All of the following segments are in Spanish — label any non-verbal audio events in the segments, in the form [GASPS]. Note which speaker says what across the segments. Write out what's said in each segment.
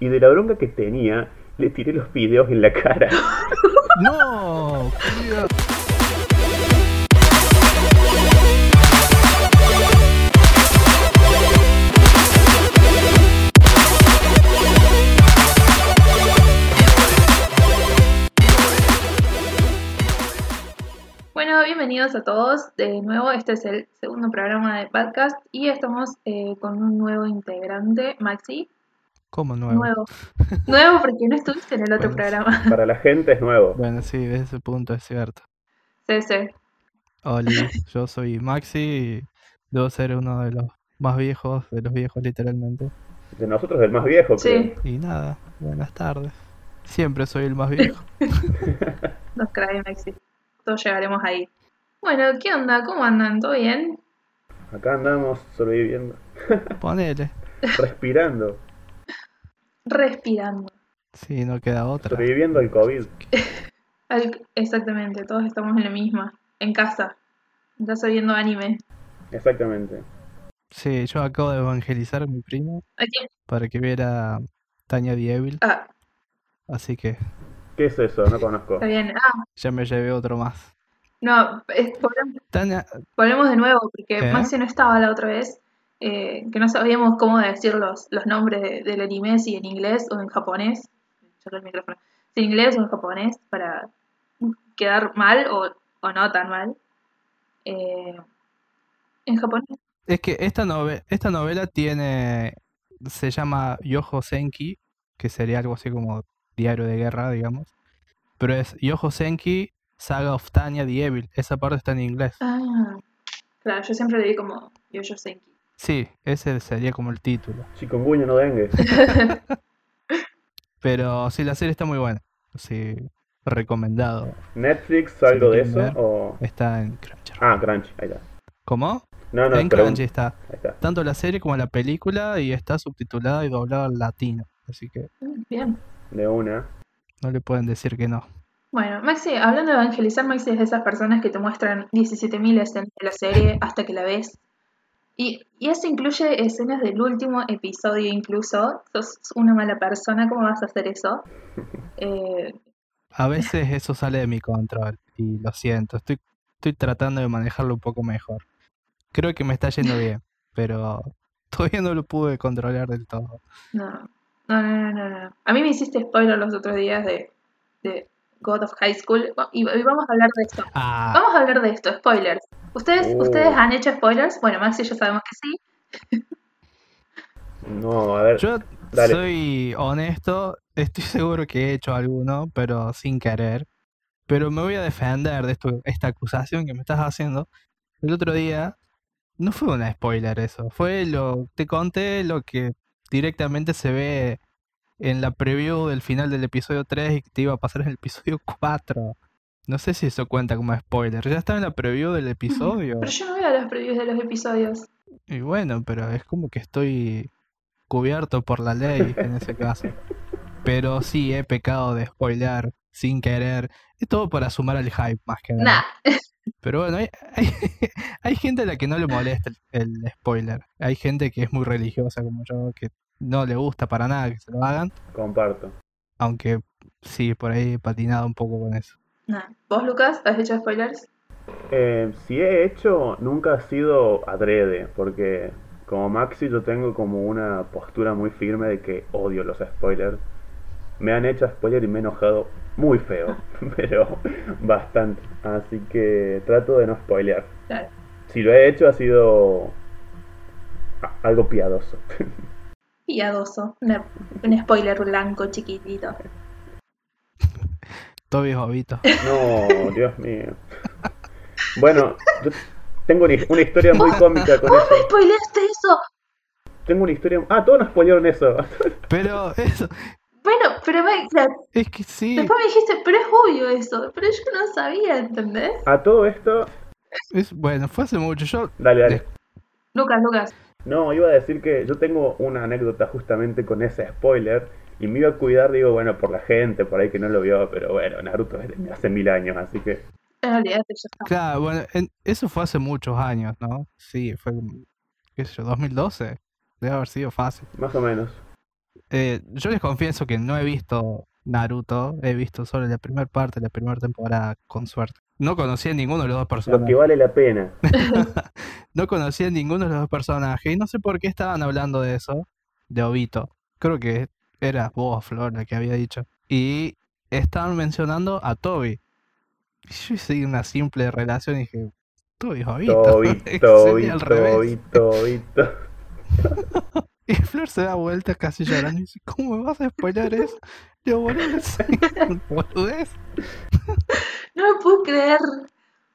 Speaker 1: Y de la bronca que tenía, le tiré los videos en la cara.
Speaker 2: No, cuidado.
Speaker 3: Bueno, bienvenidos a todos de nuevo. Este es el segundo programa de podcast y estamos eh, con un nuevo integrante, Maxi.
Speaker 2: ¿Cómo nuevo?
Speaker 3: Nuevo. Nuevo porque no estuviste en el otro
Speaker 2: Bueno,
Speaker 3: programa. [LAUGHS]
Speaker 1: Para la gente es nuevo.
Speaker 2: Bueno, sí, desde ese punto es cierto.
Speaker 3: Sí, sí.
Speaker 2: Hola, yo soy Maxi y debo ser uno de los más viejos, de los viejos literalmente.
Speaker 1: De nosotros el más viejo.
Speaker 3: Sí,
Speaker 1: creo.
Speaker 2: Y nada, buenas tardes. Siempre soy el más viejo.
Speaker 3: nos cae Maxi. Todos llegaremos ahí. Bueno, ¿qué onda? ¿Cómo andan? ¿Todo bien?
Speaker 1: Acá andamos sobreviviendo,
Speaker 2: Ponele. [LAUGHS]
Speaker 1: respirando,
Speaker 3: Respirando.
Speaker 2: Si no queda otra.
Speaker 1: sobreviviendo al COVID.
Speaker 3: Al- Exactamente, todos estamos en la misma. En casa. En casa viendo anime.
Speaker 1: Exactamente.
Speaker 2: Sí, yo acabo de evangelizar a mi primo
Speaker 3: Aquí.
Speaker 2: para que viera Tanya the Evil,
Speaker 3: Ah,
Speaker 2: así que
Speaker 1: ¿Qué es eso? No conozco.
Speaker 3: está bien. Ah,
Speaker 2: ya me llevé otro más.
Speaker 3: no, es- volvemos-
Speaker 2: Tanya,
Speaker 3: volvemos de nuevo porque
Speaker 2: ¿Eh?
Speaker 3: Maxi no estaba la otra vez. eh, que no sabíamos cómo decir los, los nombres de- del anime, si en inglés o en japonés. Choca el micrófono. Si en inglés o en japonés para quedar mal o, o no tan mal. Eh, en japonés.
Speaker 2: Es que esta, nove- esta novela tiene. Se llama Yojo Senki, que sería algo así como diario de guerra, digamos. Pero es Yojo Senki, Saga of Tanya the Evil. Esa parte está en inglés.
Speaker 3: Ah, claro, yo siempre le vi como Yoyo Senki.
Speaker 2: Sí, ese sería como el título.
Speaker 1: Chikungunya no dengue.
Speaker 2: Pero sí, la serie está muy buena. Sí, recomendado.
Speaker 1: ¿Netflix algo de eso?
Speaker 2: quieren ver.
Speaker 1: O...
Speaker 2: Está en Crunchyroll.
Speaker 1: Ah, Crunchy, ahí está.
Speaker 2: ¿Cómo?
Speaker 1: No, no,
Speaker 2: en
Speaker 1: pero-
Speaker 2: Crunchy está.
Speaker 1: Ahí está.
Speaker 2: Tanto la serie como la película y está subtitulada y doblada al latino. Así que
Speaker 3: Mm, Bien.
Speaker 1: De una.
Speaker 2: no le pueden decir que no.
Speaker 3: Bueno, Maxi, hablando de evangelizar, Maxi es de esas personas que te muestran 17.000 escenas de la serie hasta que la ves. Y, y eso incluye escenas del último episodio incluso. Sos una mala persona, ¿cómo vas a hacer eso? Eh,
Speaker 2: A veces eso sale de mi control y lo siento, estoy, estoy tratando de manejarlo un poco mejor. Creo que me está yendo bien, pero [LAUGHS] todavía no lo pude controlar del todo.
Speaker 3: no, no, no, no, no, no. A mí me hiciste spoiler los otros días de, de God of High School y, y vamos a hablar de esto.
Speaker 2: Ah,
Speaker 3: Vamos a hablar de esto, spoilers. ¿Ustedes,
Speaker 1: Oh.
Speaker 3: ¿Ustedes han hecho spoilers? Bueno, Maxi y yo sabemos que sí.
Speaker 1: No, a ver.
Speaker 2: yo
Speaker 1: dale.
Speaker 2: soy honesto, estoy [LAUGHS] seguro que he hecho alguno, pero sin querer. Pero me voy a defender de esto, esta acusación que me estás haciendo. El otro día no fue un spoiler eso, fue lo te conté lo que directamente se ve en la preview del final del episodio 3 y que te iba a pasar en el episodio 4. No sé si eso cuenta como spoiler. Ya estaba en la preview del episodio.
Speaker 3: Pero yo no veo las previews de los episodios.
Speaker 2: Y bueno, pero es como que estoy cubierto por la ley en ese caso. Pero sí, he pecado de spoiler sin querer. Es todo para sumar al hype más que nada.
Speaker 3: Nah.
Speaker 2: Pero bueno, hay, [LAUGHS] hay, hay gente a la que no le molesta el, el spoiler. Hay gente que es muy religiosa como yo, que no le gusta para nada que se lo hagan.
Speaker 1: Comparto.
Speaker 2: Aunque sí, por ahí he patinado un poco con eso.
Speaker 3: Nah. ¿Vos, Lucas, has hecho spoilers?
Speaker 1: Eh, si he hecho, nunca ha sido adrede, porque como Maxi yo tengo como una postura muy firme de que odio los spoilers. Me han hecho spoiler y me he enojado muy feo, [LAUGHS] pero bastante. Así que trato de no spoilear.
Speaker 3: Claro.
Speaker 1: Si lo he hecho ha sido a- algo piadoso.
Speaker 3: Piadoso. Una- un spoiler blanco [LAUGHS] chiquitito.
Speaker 2: Toby Jovito.
Speaker 1: No, Dios mío. Bueno, yo tengo una, una historia muy cómica con eso.
Speaker 3: ¡Spoileaste eso!
Speaker 1: Tengo una historia... Ah, todos nos spoilearon eso.
Speaker 2: Pero eso,
Speaker 3: Bueno, pero me- o sea,
Speaker 2: es que sí,
Speaker 3: después me dijiste, pero es obvio eso. Pero yo no sabía, ¿entendés?
Speaker 1: A todo esto...
Speaker 2: es, bueno, fue hace mucho. Yo
Speaker 1: Dale, dale.
Speaker 3: Lucas, Lucas.
Speaker 1: No, iba a decir que yo tengo una anécdota justamente con ese spoiler y me iba a cuidar, digo, bueno, por la gente, por ahí que no lo vio, pero bueno, Naruto es de hace mil años, así que
Speaker 3: En realidad, yo estaba.
Speaker 2: Claro, bueno, en- eso fue hace muchos años, ¿no? Sí, fue, como, qué sé yo, 2012. Debe haber sido fácil.
Speaker 1: más o menos.
Speaker 2: eh, yo les confieso que no he visto Naruto, he visto solo la primera parte, la primera temporada, con suerte. No conocía a ninguno de los dos
Speaker 1: Lo que
Speaker 2: personajes.
Speaker 1: vale la pena.
Speaker 2: No conocía a ninguno de los dos personajes y no sé por qué estaban hablando de eso, de Obito. Creo que era vos, Flor, la que había dicho. Y estaban mencionando a Toby. Y yo hice una simple relación y dije, Toby es Obito.
Speaker 1: Toby,
Speaker 2: [LAUGHS] Sería
Speaker 1: Toby,
Speaker 2: al revés.
Speaker 1: Toby, Toby, Toby.
Speaker 2: Y Flor se da vuelta casi llorando y dice, ¿cómo me vas a spoiler eso? Yo, boludo, sí, [LAUGHS] boludez.
Speaker 3: No lo puedo creer.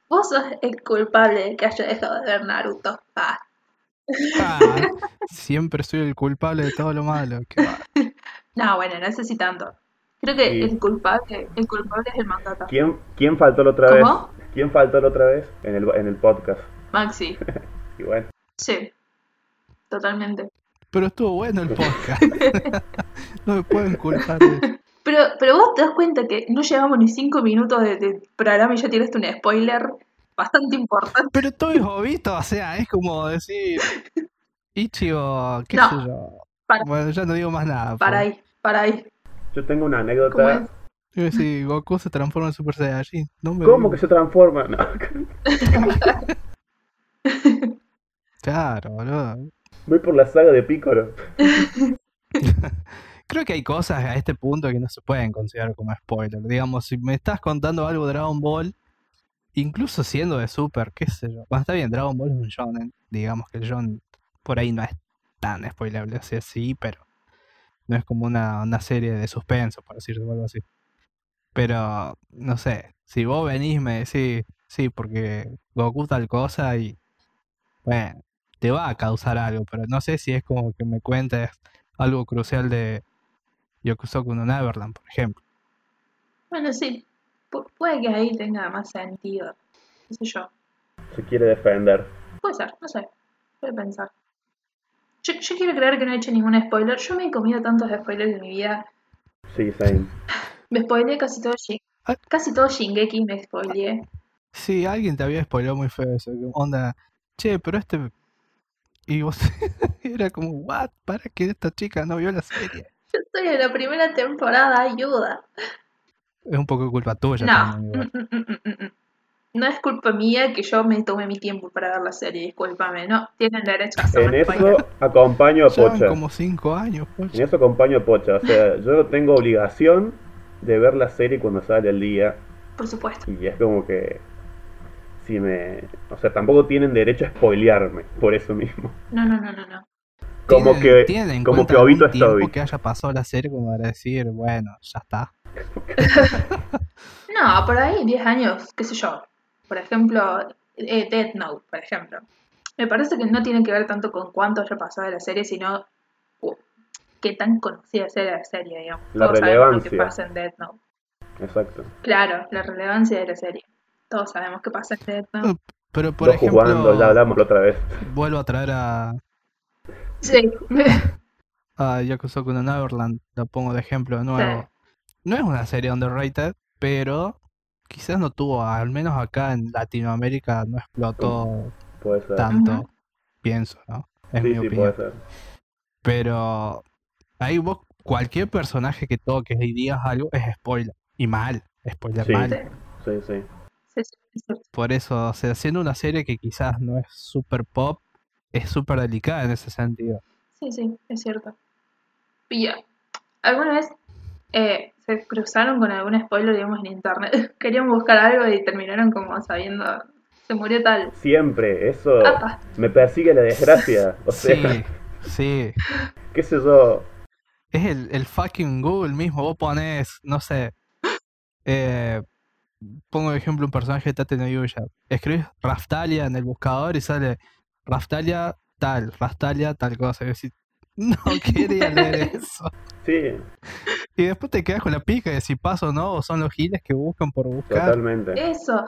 Speaker 3: Vos sos el culpable de que haya dejado de ver Naruto. Ah.
Speaker 2: Ah, siempre soy el culpable de todo lo malo. Qué va.
Speaker 3: No, bueno, no sé si tanto. Creo que
Speaker 1: Sí.
Speaker 3: el culpable, el culpable es el mangaka.
Speaker 1: ¿Quién, quién faltó la otra
Speaker 3: ¿Cómo?
Speaker 1: vez? ¿Quién faltó la otra vez? En el, en el podcast.
Speaker 3: Maxi.
Speaker 1: Y bueno,
Speaker 3: Sí. Totalmente.
Speaker 2: Pero estuvo bueno el podcast. [LAUGHS] No me pueden culpar. de-
Speaker 3: Pero, pero vos te das cuenta que no llevamos ni cinco minutos de, de programa y ya tiraste un spoiler bastante importante.
Speaker 2: Pero todo es obito, o sea, es como decir. Ichigo, qué
Speaker 3: No,
Speaker 2: sé yo.
Speaker 3: para.
Speaker 2: Bueno, ya no digo más nada.
Speaker 3: Para
Speaker 2: pues.
Speaker 3: ahí, para ahí.
Speaker 1: yo tengo una
Speaker 3: ¿Cómo
Speaker 1: anécdota.
Speaker 3: es?
Speaker 2: Yo voy a decir, Goku se transforma en Super Saiyajin. No me
Speaker 1: ¿Cómo que
Speaker 2: digas.
Speaker 1: se transforma? No. [LAUGHS]
Speaker 2: Claro, boludo.
Speaker 1: Voy por la saga de Piccolo.
Speaker 2: Creo que hay cosas a este punto que no se pueden considerar como spoiler. Digamos, si me estás contando algo de Dragon Ball, incluso siendo de Super, qué sé yo. Bueno, está bien, Dragon Ball es un shonen. Digamos que el shonen por ahí no es tan spoilable. O sea, sí, pero no es como una, una serie de suspenso, por decirlo algo así. Pero, no sé, si vos venís y me decís, sí, porque Goku tal cosa y, bueno, te va a causar algo, pero no sé si es como que me cuentes algo crucial de Yokusoku no Neverland, por ejemplo.
Speaker 3: Bueno, sí. Pu- puede que ahí tenga más sentido. No sé yo.
Speaker 1: Se quiere defender.
Speaker 3: Puede ser, no sé. Puede pensar. Yo, yo quiero creer que no he hecho ningún spoiler. Yo me he comido tantos spoilers en mi vida.
Speaker 1: Sí, same.
Speaker 3: Me spoileé casi todo Shingeki.
Speaker 2: Ah.
Speaker 3: Casi todo Shingeki me spoileé.
Speaker 2: Sí, alguien te había spoilado muy feo eso, que onda, che, pero este... Y vos [LAUGHS] era como, what, para que esta chica no vio la serie.
Speaker 3: Yo estoy en la primera temporada, ayuda.
Speaker 2: Es un poco culpa tuya
Speaker 3: No,
Speaker 2: también, igual.
Speaker 3: mm, mm, mm, mm, mm. no es culpa mía que yo me tomé mi tiempo para ver la serie, discúlpame, no, tienen derecho a
Speaker 1: En
Speaker 3: hacerme spoiler.
Speaker 1: eso acompaño a
Speaker 2: Llevan
Speaker 1: Pocha.
Speaker 2: como cinco años, pues,
Speaker 1: En
Speaker 2: pocha.
Speaker 1: eso acompaño a Pocha. O sea, yo no tengo obligación de ver la serie cuando sale el día.
Speaker 3: Por supuesto,
Speaker 1: Y es como que. Si me. O sea, tampoco tienen derecho a spoilearme. Por eso mismo.
Speaker 3: no, no, no, no, no.
Speaker 1: Como
Speaker 2: Tienen-
Speaker 1: que.
Speaker 2: tienen en
Speaker 1: como
Speaker 2: cuenta
Speaker 1: que Obito
Speaker 2: algún
Speaker 1: es Toby.
Speaker 2: tiempo que haya pasado la serie como para decir, bueno, ya está.
Speaker 3: No, por ahí 10 años, qué sé yo. Por ejemplo, eh, Death Note, por ejemplo. Me parece que no tiene que ver tanto con cuánto haya pasado de la serie, sino uh, qué tan conocida sea la serie, digamos.
Speaker 1: La
Speaker 3: Todos sabemos lo que
Speaker 1: relevancia.
Speaker 3: pasa en Death Note.
Speaker 1: Exacto.
Speaker 3: Claro, la relevancia de la serie. Todos sabemos qué pasa en Death Note.
Speaker 2: Pero por
Speaker 1: Dos
Speaker 2: ejemplo,
Speaker 1: jugando, ya hablamos la otra vez.
Speaker 2: vuelvo a traer a,
Speaker 3: Sí, [LAUGHS]
Speaker 2: a Yakusoku no Neverland, lo pongo de ejemplo de nuevo.
Speaker 3: Sí.
Speaker 2: No es una serie underrated, pero quizás no tuvo, al menos acá en Latinoamérica no explotó
Speaker 1: Puede ser.
Speaker 2: tanto,
Speaker 3: Ujú.
Speaker 2: pienso, ¿no? Es
Speaker 1: Mm, sí,
Speaker 2: mi
Speaker 1: sí,
Speaker 2: opinión.
Speaker 1: puede ser.
Speaker 2: Pero ahí vos, cualquier personaje que toques y digas algo es spoiler. Y mal, spoiler
Speaker 1: Sí.
Speaker 2: mal.
Speaker 1: Sí, sí.
Speaker 3: sí, sí, es cierto.
Speaker 2: Por eso, o sea, siendo una serie que quizás no es super pop, es súper delicada en ese sentido.
Speaker 3: Sí, sí, es cierto. Y ya, ¿alguna vez eh, se cruzaron con algún spoiler, digamos, en internet? [LAUGHS] Querían buscar algo y terminaron como sabiendo, se murió tal.
Speaker 1: Siempre, eso
Speaker 3: Apa.
Speaker 1: me persigue la desgracia. O sea,
Speaker 2: [LAUGHS] Sí, sí.
Speaker 1: qué sé yo.
Speaker 2: Es el, el fucking Google mismo. Vos pones, no sé. eh, pongo de ejemplo un personaje de Tate Nobuyuya. Escribís Raftalia en el buscador y sale Raftalia tal, Raftalia tal cosa. Y decís, [LAUGHS] no quería leer eso.
Speaker 1: Sí,
Speaker 2: Y después te quedas con la pica de si paso o no, o son los giles que buscan por buscar.
Speaker 1: totalmente.
Speaker 3: Eso.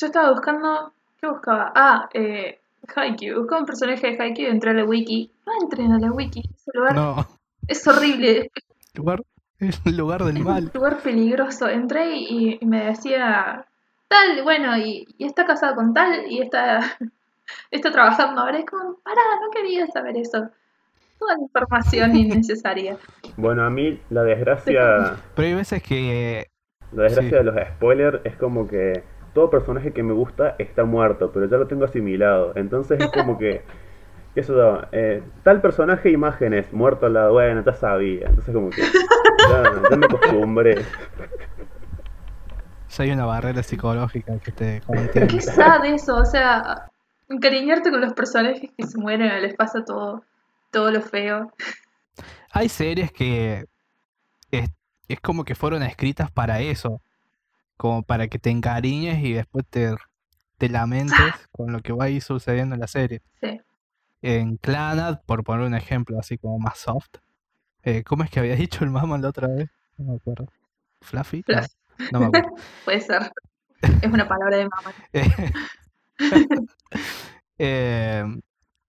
Speaker 3: Yo estaba buscando, ¿qué buscaba? Ah, eh, Haikyuu. Buscaba un personaje de Haikyuu y entré a la wiki. No entren a la wiki, ese lugar
Speaker 2: No, [LAUGHS]
Speaker 3: es horrible,
Speaker 2: lugar, es el lugar del mal.
Speaker 3: [LAUGHS] un lugar peligroso. Entré y, y me decía tal, bueno, y, y está casado con [LAUGHS] tal y está, está trabajando ahora. Es como, pará, no quería saber eso. Toda la información innecesaria.
Speaker 1: Bueno, a mí la desgracia,
Speaker 2: Pero hay veces que. eh,
Speaker 1: la desgracia de
Speaker 2: Sí.
Speaker 1: los spoilers es como que todo personaje que me gusta está muerto, pero ya lo tengo asimilado. Entonces es como que, [LAUGHS] qué sé yo, eh, tal personaje, imágenes, muerto al lado, bueno, ya sabía. Entonces como
Speaker 2: [LAUGHS]
Speaker 1: que ya, ya me acostumbré.
Speaker 2: ya hay una barrera psicológica que te
Speaker 3: Pero qué
Speaker 2: contiene.
Speaker 3: sad eso, o sea, encariñarte con los personajes que se mueren, les pasa todo, todo lo feo.
Speaker 2: Hay series que es, es como que fueron escritas para eso. Como para que te encariñes y después te, te lamentes con lo que va a ir sucediendo en la serie.
Speaker 3: Sí.
Speaker 2: En Clanad, por poner un ejemplo así como más soft. eh, ¿Cómo es que había dicho el mamá la otra vez? No me acuerdo. ¿Fluffy? No,
Speaker 3: Fluffy.
Speaker 2: no me acuerdo.
Speaker 3: Puede ser. Es una palabra de mamá.
Speaker 2: Eh, [LAUGHS] eh,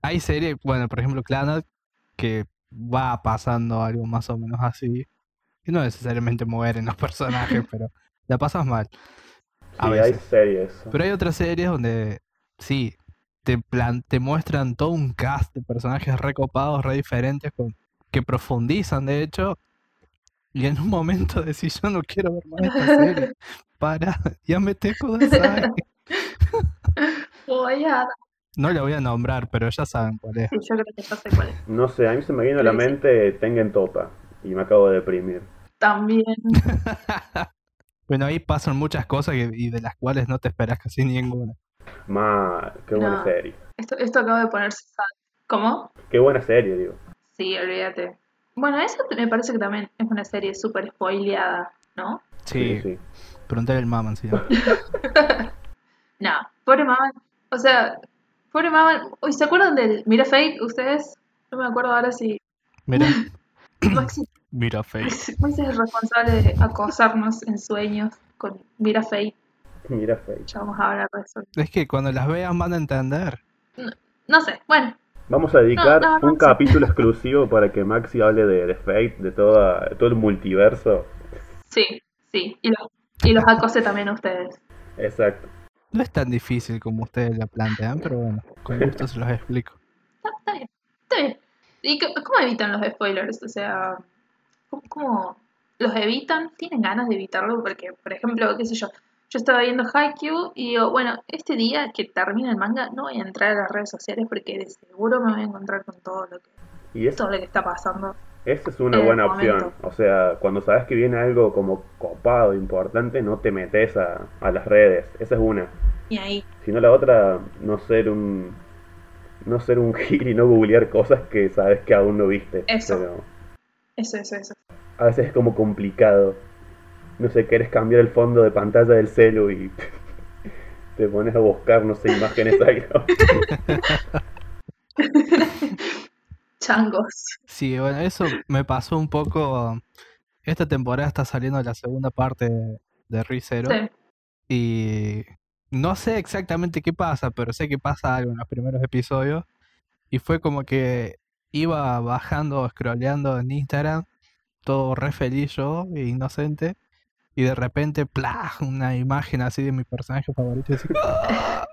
Speaker 2: hay series, bueno, por ejemplo, Clannad, que va pasando algo más o menos así. Y no necesariamente mover en los [LAUGHS] personajes, pero la pasas mal. A
Speaker 1: Sí, hay
Speaker 2: veces.
Speaker 1: series.
Speaker 2: Pero hay otras series donde sí, te, plan te muestran todo un cast de personajes recopados, re diferentes, con que profundizan, de hecho. Y en un momento decís, yo no quiero ver más esta serie. Para, ya me te
Speaker 3: Voy a...
Speaker 2: No la voy a nombrar, pero ya saben cuál es.
Speaker 3: Oh, Sí, yo creo que ya sé cuál es.
Speaker 1: No sé, a mí se me vino a la
Speaker 3: Sí, sí.
Speaker 1: mente Tengen Topa y me acabo de deprimir.
Speaker 3: También.
Speaker 2: Bueno, ahí pasan muchas cosas que- y de las cuales no te esperas casi ninguna.
Speaker 1: Ma, qué buena
Speaker 3: No.
Speaker 1: serie.
Speaker 3: Esto, esto acaba de ponerse sad. ¿Cómo?
Speaker 1: Qué buena serie, digo.
Speaker 3: Sí, olvídate. Bueno, eso me parece que también es una serie súper spoileada, ¿no?
Speaker 2: Sí,
Speaker 1: sí.
Speaker 2: preguntale al Maman, señor.
Speaker 3: No, pobre mamá. O sea, pobre mamá. Uy, ¿Se acuerdan del Mira Fate ustedes? No me acuerdo ahora si
Speaker 2: Mira,
Speaker 3: Maxi
Speaker 2: [LAUGHS] mira, Face.
Speaker 3: Maxi es responsable de acosarnos en sueños con Mira Fate.
Speaker 1: Mira, Fate.
Speaker 3: Ya vamos a hablar de eso.
Speaker 2: Es que cuando las veas van a entender.
Speaker 3: No sé, bueno,
Speaker 1: Vamos a dedicar
Speaker 3: No, no,
Speaker 1: un
Speaker 3: Maxi.
Speaker 1: capítulo exclusivo para que Maxi hable de, de Fate, de toda, de todo el multiverso.
Speaker 3: sí, sí. Y los, y los acose también a ustedes.
Speaker 1: Exacto.
Speaker 2: No es tan difícil como ustedes la plantean, pero bueno, con gusto se los explico.
Speaker 3: Está, está bien, está bien. ¿Y c- cómo evitan los spoilers? O sea, ¿cómo, cómo los evitan? ¿Tienen ganas de evitarlo? Porque, por ejemplo, qué sé yo, yo estaba viendo Haikyuu y digo, bueno, este día que termina el manga no voy a entrar a las redes sociales porque de seguro me voy a encontrar con todo lo que,
Speaker 1: Y es-
Speaker 3: todo lo que está pasando.
Speaker 1: esa es una
Speaker 3: En el
Speaker 1: buena
Speaker 3: momento.
Speaker 1: opción. O sea, cuando sabes que viene algo como copado, importante, no te metes a, a las redes. Esa es una.
Speaker 3: Y ahí,
Speaker 1: Si no, la otra, no ser un. No ser un [LAUGHS] gil y no googlear cosas que sabes que aún no viste.
Speaker 3: Eso.
Speaker 1: Pero
Speaker 3: eso, eso, eso.
Speaker 1: a veces es como complicado. No sé, querés cambiar el fondo de pantalla del celu y. [LAUGHS] Te pones a buscar, no sé, imágenes algo.
Speaker 3: Changos.
Speaker 2: Sí, bueno, eso me pasó un poco. Esta temporada está saliendo la segunda parte de ReZero
Speaker 3: Sí.
Speaker 2: y no sé exactamente qué pasa, pero sé que pasa algo en los primeros episodios. Y fue como que iba bajando, scrolleando en Instagram, todo re feliz yo, e inocente. Y de repente, ¡plá! Una imagen así de mi personaje favorito. y así, ¡ah!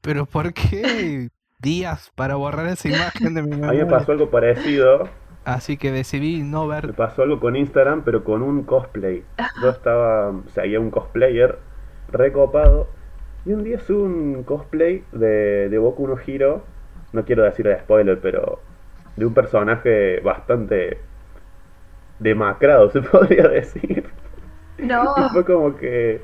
Speaker 2: Pero ¿por qué días para borrar esa imagen de mi
Speaker 1: A mí me
Speaker 2: memoria?
Speaker 1: pasó algo parecido.
Speaker 2: Así que decidí no
Speaker 1: Me
Speaker 2: ver.
Speaker 1: pasó algo con Instagram, pero con un cosplay. Yo estaba, o sea, había un cosplayer recopado. Y un día subo un cosplay de, de Boku no Hero. No quiero decir de spoiler, pero de un personaje bastante demacrado, [LAUGHS] se podría decir.
Speaker 3: No,
Speaker 1: Y [LAUGHS] fue como que.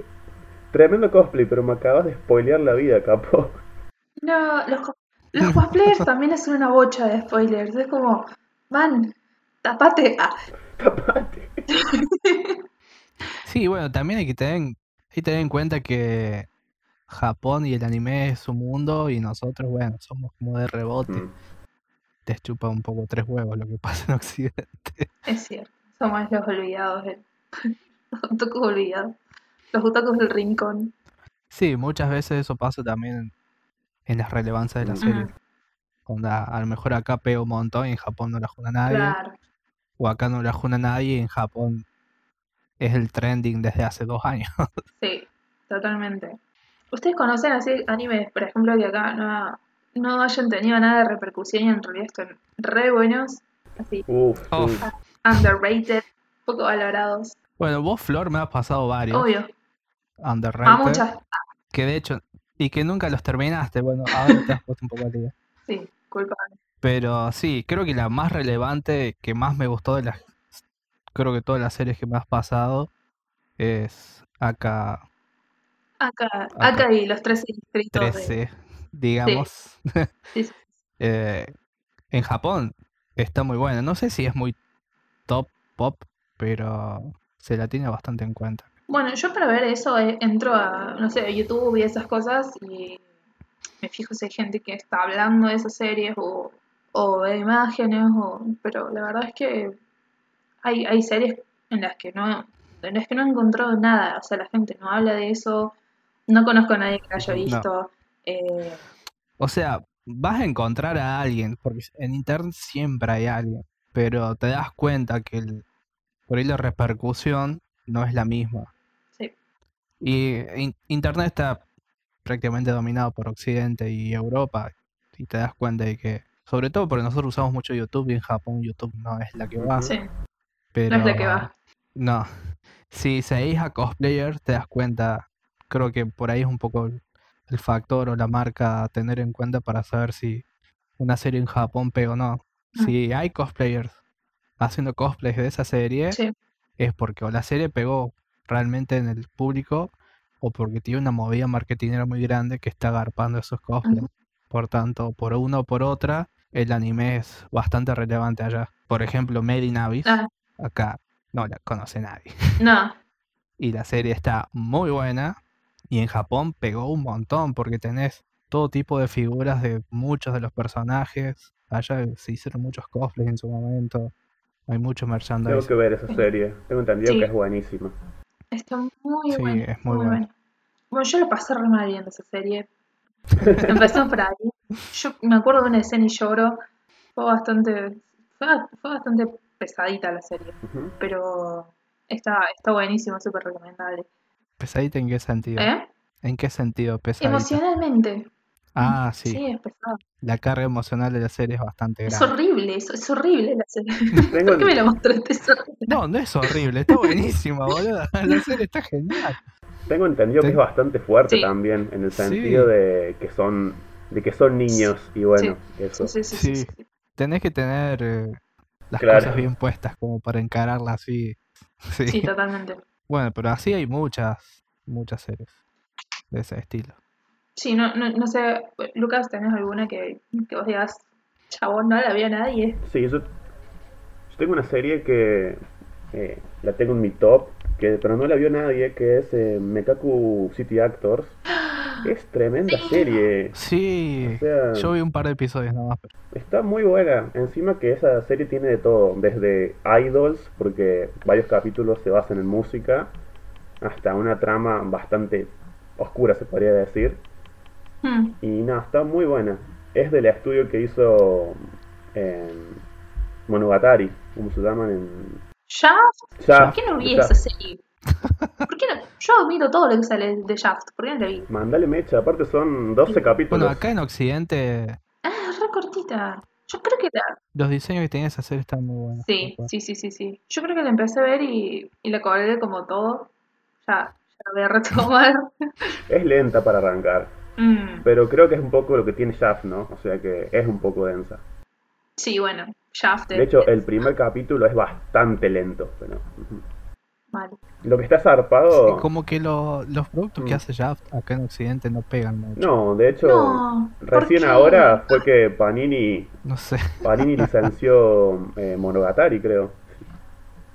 Speaker 1: Tremendo cosplay, pero me acabas de spoilear la vida, capo. [LAUGHS]
Speaker 3: no, los, co- los cosplayers también hacen una bocha de spoilers. Es como, man, tapate. Ah,
Speaker 1: Tapate.
Speaker 2: Sí, bueno, también hay que tener, hay que tener en cuenta que Japón y el anime es su mundo y nosotros, bueno, somos como de rebote.
Speaker 1: Mm.
Speaker 2: Te chupa un poco tres huevos lo que [LAUGHS] pasa en Occidente.
Speaker 3: Es cierto, somos los olvidados, del- [LAUGHS] los otakus olvidados, los otakus del rincón.
Speaker 2: Sí, muchas veces eso pasa también en, en las relevancias de las
Speaker 1: Mm.
Speaker 2: series. Onda, a lo mejor acá pega un montón y en Japón no la juna nadie.
Speaker 3: Claro,
Speaker 2: O acá no la juna nadie y en Japón es el trending desde hace dos años. [LAUGHS]
Speaker 3: sí, totalmente. ¿Ustedes conocen así animes, por ejemplo, que acá no, no hayan tenido nada de repercusión y en realidad están re buenos, así,
Speaker 1: Uf,
Speaker 2: Oh.
Speaker 1: sí.
Speaker 3: underrated, poco valorados.
Speaker 2: Bueno, vos, Flor, me has pasado varios.
Speaker 3: Obvio, a
Speaker 2: underrated,
Speaker 3: muchas.
Speaker 2: Que de hecho, y que nunca los terminaste. Bueno, ahora te has puesto un poco al día.
Speaker 3: Sí, culpa.
Speaker 2: Pero sí, creo que la más relevante, que más me gustó de las. Creo que todas las series que me has pasado es acá
Speaker 3: Acá,
Speaker 2: Acá.
Speaker 3: acá y los 13 distritos. de-
Speaker 2: [LAUGHS] 13, digamos. [LAUGHS]
Speaker 3: sí, sí.
Speaker 2: Eh, en Japón está muy buena. No sé si es muy top pop, pero se la tiene bastante en cuenta.
Speaker 3: Bueno, yo para ver eso eh, entro a, no sé, a YouTube y esas cosas y me fijo si hay gente que está hablando de esas series o, o de imágenes, o, pero la verdad es que hay, hay series en las que no, en las que no he encontrado nada, o sea, la gente no habla de eso, no conozco a nadie que la haya
Speaker 2: No.
Speaker 3: visto, eh,
Speaker 2: O sea, vas a encontrar a alguien, porque en internet siempre hay alguien, pero te das cuenta que el- por ahí la repercusión no es la misma.
Speaker 3: sí,
Speaker 2: Y in- internet está prácticamente dominado por Occidente y Europa, y te das cuenta de que, sobre todo porque nosotros usamos mucho YouTube y en Japón YouTube no es la que va.
Speaker 3: sí,
Speaker 2: Pero,
Speaker 3: no es la que va.
Speaker 2: No. Si seguís a cosplayers, te das cuenta. Creo que por ahí es un poco el el factor o la marca a tener en cuenta para saber si una serie en Japón pega o no.
Speaker 3: Mm.
Speaker 2: Si hay cosplayers haciendo cosplays de esa serie,
Speaker 3: Sí,
Speaker 2: es porque o la serie pegó realmente en el público o porque tiene una movida marketingera muy grande que está agarpando esos cosplays. Por tanto, por una o por otra, el anime es bastante relevante allá. Por ejemplo, Made in Abyss,
Speaker 3: Ah.
Speaker 2: acá no la conoce nadie. [LAUGHS]
Speaker 3: no,
Speaker 2: Y la serie está muy buena y en Japón pegó un montón porque tenés todo tipo de figuras de muchos de los personajes. Allá se hicieron muchos cosplays en su momento. Hay mucho
Speaker 1: Tengo
Speaker 2: merchandising.
Speaker 1: que ver esa serie. Tengo entendido
Speaker 3: Sí.
Speaker 1: que es buenísima.
Speaker 3: Está muy
Speaker 2: Sí,
Speaker 3: buena,
Speaker 2: es muy buena.
Speaker 3: Bueno, yo lo pasé re mal viendo esa serie. [LAUGHS] Empezó por ahí. Yo me acuerdo de una escena y lloro. Fue bastante, fue, fue bastante pesadita la serie,
Speaker 1: Ujú.
Speaker 3: pero está, está buenísimo, súper recomendable.
Speaker 2: ¿Pesadita en qué sentido?
Speaker 3: ¿Eh?
Speaker 2: ¿En qué sentido pesadita?
Speaker 3: Emocionalmente,
Speaker 2: Ah,
Speaker 3: sí,
Speaker 2: sí.
Speaker 3: es pesado.
Speaker 2: La carga emocional de la serie es bastante
Speaker 3: Es
Speaker 2: grande.
Speaker 3: horrible, es, es horrible la serie.
Speaker 1: Tengo
Speaker 3: [LAUGHS] ¿Por qué me la mostraste? Es horrible.
Speaker 2: No, no es horrible, está buenísima, boludo. [LAUGHS] La serie está genial.
Speaker 1: Tengo entendido que
Speaker 2: Ten-
Speaker 1: es bastante fuerte
Speaker 3: Sí.
Speaker 1: también, en el
Speaker 2: Sí.
Speaker 1: sentido de que son de que son niños y bueno, eso.
Speaker 3: Sí, sí, sí, sí,
Speaker 2: Sí.
Speaker 3: sí.
Speaker 2: Tenés que tener eh, las
Speaker 1: Claro.
Speaker 2: cosas bien puestas como para encararla así. [LAUGHS] Sí.
Speaker 3: Sí, totalmente.
Speaker 2: Bueno, pero así hay muchas, muchas series de ese estilo.
Speaker 3: Sí, no, no, no sé, Lucas, ¿tenés alguna que, que vos digas, chabón, no la vio nadie?
Speaker 1: Sí, yo, yo tengo una serie que eh, la tengo en mi top, que pero no la vio nadie, que es eh, Mekaku City
Speaker 3: [GASPS]
Speaker 1: Actors. Es tremenda serie.
Speaker 2: Sí,
Speaker 1: O sea,
Speaker 2: yo vi un par de episodios nomás, pero
Speaker 1: Está muy buena. Encima que esa serie tiene de todo, desde idols, porque varios capítulos se basan en música, hasta una trama bastante oscura, se podría decir.
Speaker 3: Hmm,
Speaker 1: Y nada, está muy buena. Es del estudio que hizo eh, Monogatari, como se llaman en...
Speaker 3: ¿Ya?
Speaker 1: Ya,
Speaker 3: ¿Por qué no vi
Speaker 1: ya. [LAUGHS]
Speaker 3: esa serie? ¿Por qué no? Yo miro todo lo que sale de Shaft, ¿por qué no la vi?
Speaker 1: Mandale mecha, aparte son 12 capítulos.
Speaker 2: bueno, acá en Occidente
Speaker 3: Ah, es re cortita. Yo creo que la...
Speaker 2: los diseños que tenía esa serie están muy buenos.
Speaker 3: Sí, sí, sí, sí, sí. Yo creo que la empecé a ver y, y la colgué como todo. Ya, ya la voy a [LAUGHS] retomar.
Speaker 1: Es lenta para arrancar,
Speaker 3: Mm,
Speaker 1: pero creo que es un poco lo que tiene Shaft, ¿no? O sea que es un poco densa.
Speaker 3: Sí, bueno, Shaft.
Speaker 1: De hecho, el primer capítulo es bastante lento, pero... ujú.
Speaker 3: Mal.
Speaker 1: Lo que está zarpado...
Speaker 2: Sí, como que lo- los productos que
Speaker 1: Mm.
Speaker 2: hace Shaft acá en Occidente no pegan mucho.
Speaker 1: No, de hecho,
Speaker 3: No, ¿por
Speaker 1: recién
Speaker 3: qué?
Speaker 1: ahora fue que Panini,
Speaker 2: No sé.
Speaker 1: Panini licenció eh, Monogatari, creo.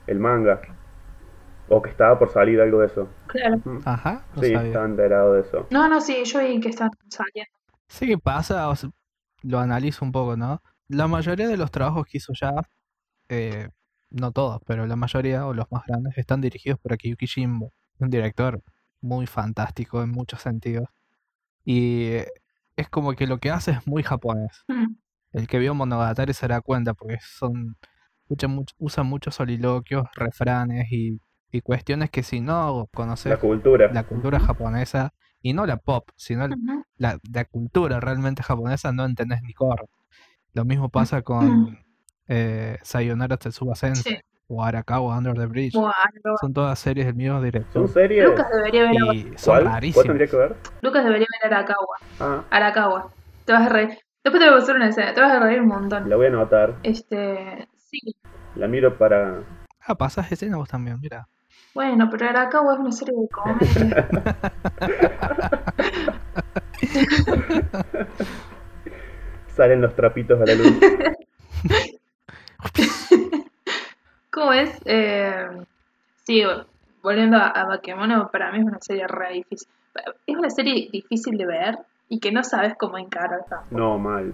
Speaker 1: El manga. O que estaba por salir algo de eso.
Speaker 3: Claro.
Speaker 1: Ujú.
Speaker 2: Ajá, no
Speaker 1: sí,
Speaker 2: sabía.
Speaker 1: estaba enterado de eso.
Speaker 3: No, no, sí, yo vi que están saliendo.
Speaker 2: Sí que pasa, o sea, lo analizo un poco, ¿no? La mayoría de los trabajos que hizo Shaft, eh, no todos, pero la mayoría o los más grandes, están dirigidos por Akiyuki Jimbo, un director muy fantástico en muchos sentidos. Y eh, es como que lo que hace es muy japonés.
Speaker 3: Mm,
Speaker 2: El que vio Monogatari se dará cuenta porque son usa mucho- usa muchos soliloquios, refranes y, y cuestiones que si no conoces
Speaker 1: La cultura.
Speaker 2: la cultura japonesa y no la pop, sino el-
Speaker 3: Ujú.
Speaker 2: la, la cultura realmente japonesa, no entendés ni corre. Lo
Speaker 3: Mm.
Speaker 2: mismo pasa con eh, Sayonara Tetsuba Sensei
Speaker 3: Sí.
Speaker 2: o Arakawa Under the Bridge.
Speaker 3: Buah, no.
Speaker 2: Son todas series del mismo
Speaker 1: Son
Speaker 2: director.
Speaker 1: series.
Speaker 3: Lucas debería ver a-
Speaker 2: Y son
Speaker 1: ¿Cuál? ¿Cuál
Speaker 2: rarísimas.
Speaker 1: tendría que ver?
Speaker 3: Lucas debería ver a Arakawa.
Speaker 1: Ah,
Speaker 3: Arakawa. Te vas a reír. Después te voy a pasar una escena, te vas a reír un montón.
Speaker 1: la voy a anotar.
Speaker 3: Este, sí,
Speaker 1: La miro para.
Speaker 2: Ah, pasás escena vos también, mira.
Speaker 3: bueno, pero Arakawa es una serie de
Speaker 2: [LAUGHS]
Speaker 3: comedia.
Speaker 1: Salen los trapitos a la luz.
Speaker 2: [LAUGHS]
Speaker 3: ¿Cómo es? Eh, sí, volviendo a, a Bakemono, para mí es una serie re difícil. Es una serie difícil de ver y que no sabes cómo encarar tampoco.
Speaker 1: No, mal.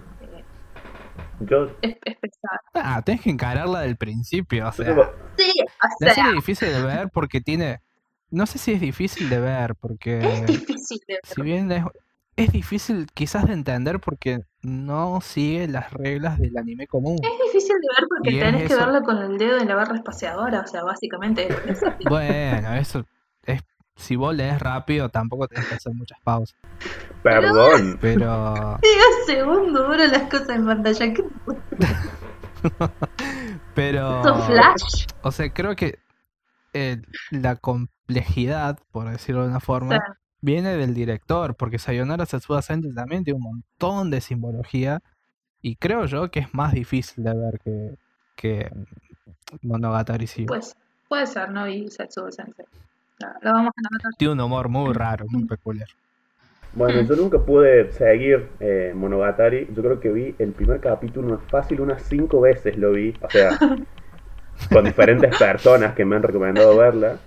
Speaker 1: Yo.
Speaker 3: Es, es pesada.
Speaker 2: Ah, tenés que encararla del principio. O
Speaker 1: yo
Speaker 2: sea,
Speaker 1: tengo-
Speaker 3: Sí, o
Speaker 2: la
Speaker 3: sea,
Speaker 2: serie es difícil de ver porque tiene. No sé si es difícil de ver,
Speaker 3: es
Speaker 2: porque
Speaker 3: difícil de ver.
Speaker 2: si bien es, es difícil quizás de entender porque no sigue las reglas del anime común.
Speaker 3: Es difícil de ver porque
Speaker 2: Y es
Speaker 3: tenés que
Speaker 2: eso.
Speaker 3: verlo con el dedo en la barra espaciadora, o sea, básicamente [LAUGHS] es- es así.
Speaker 2: Bueno, eso es. Si vos lees rápido, tampoco tenés que hacer muchas pausas.
Speaker 1: Perdón.
Speaker 2: Pero.
Speaker 3: Diez segundos duran las cosas en pantalla. ¿Qué
Speaker 2: Pero.
Speaker 3: son flash?
Speaker 2: O sea, creo que eh, la complejidad, por decirlo de una forma,
Speaker 3: Claro.
Speaker 2: viene del director, porque Sayonara Satsuda Sensei también tiene un montón de simbología y creo yo que es más difícil de ver que, que Monogatari sí.
Speaker 3: Pues puede ser, ¿no? Y Satsuo Sensei. No, lo vamos a anotar.
Speaker 2: Tiene un humor muy raro, muy peculiar. Hmm.
Speaker 1: Bueno, yo nunca pude seguir eh, Monogatari. Yo creo que vi el primer capítulo fácil unas cinco veces lo vi. O
Speaker 2: [LAUGHS]
Speaker 1: sea, con diferentes personas que me han recomendado verla.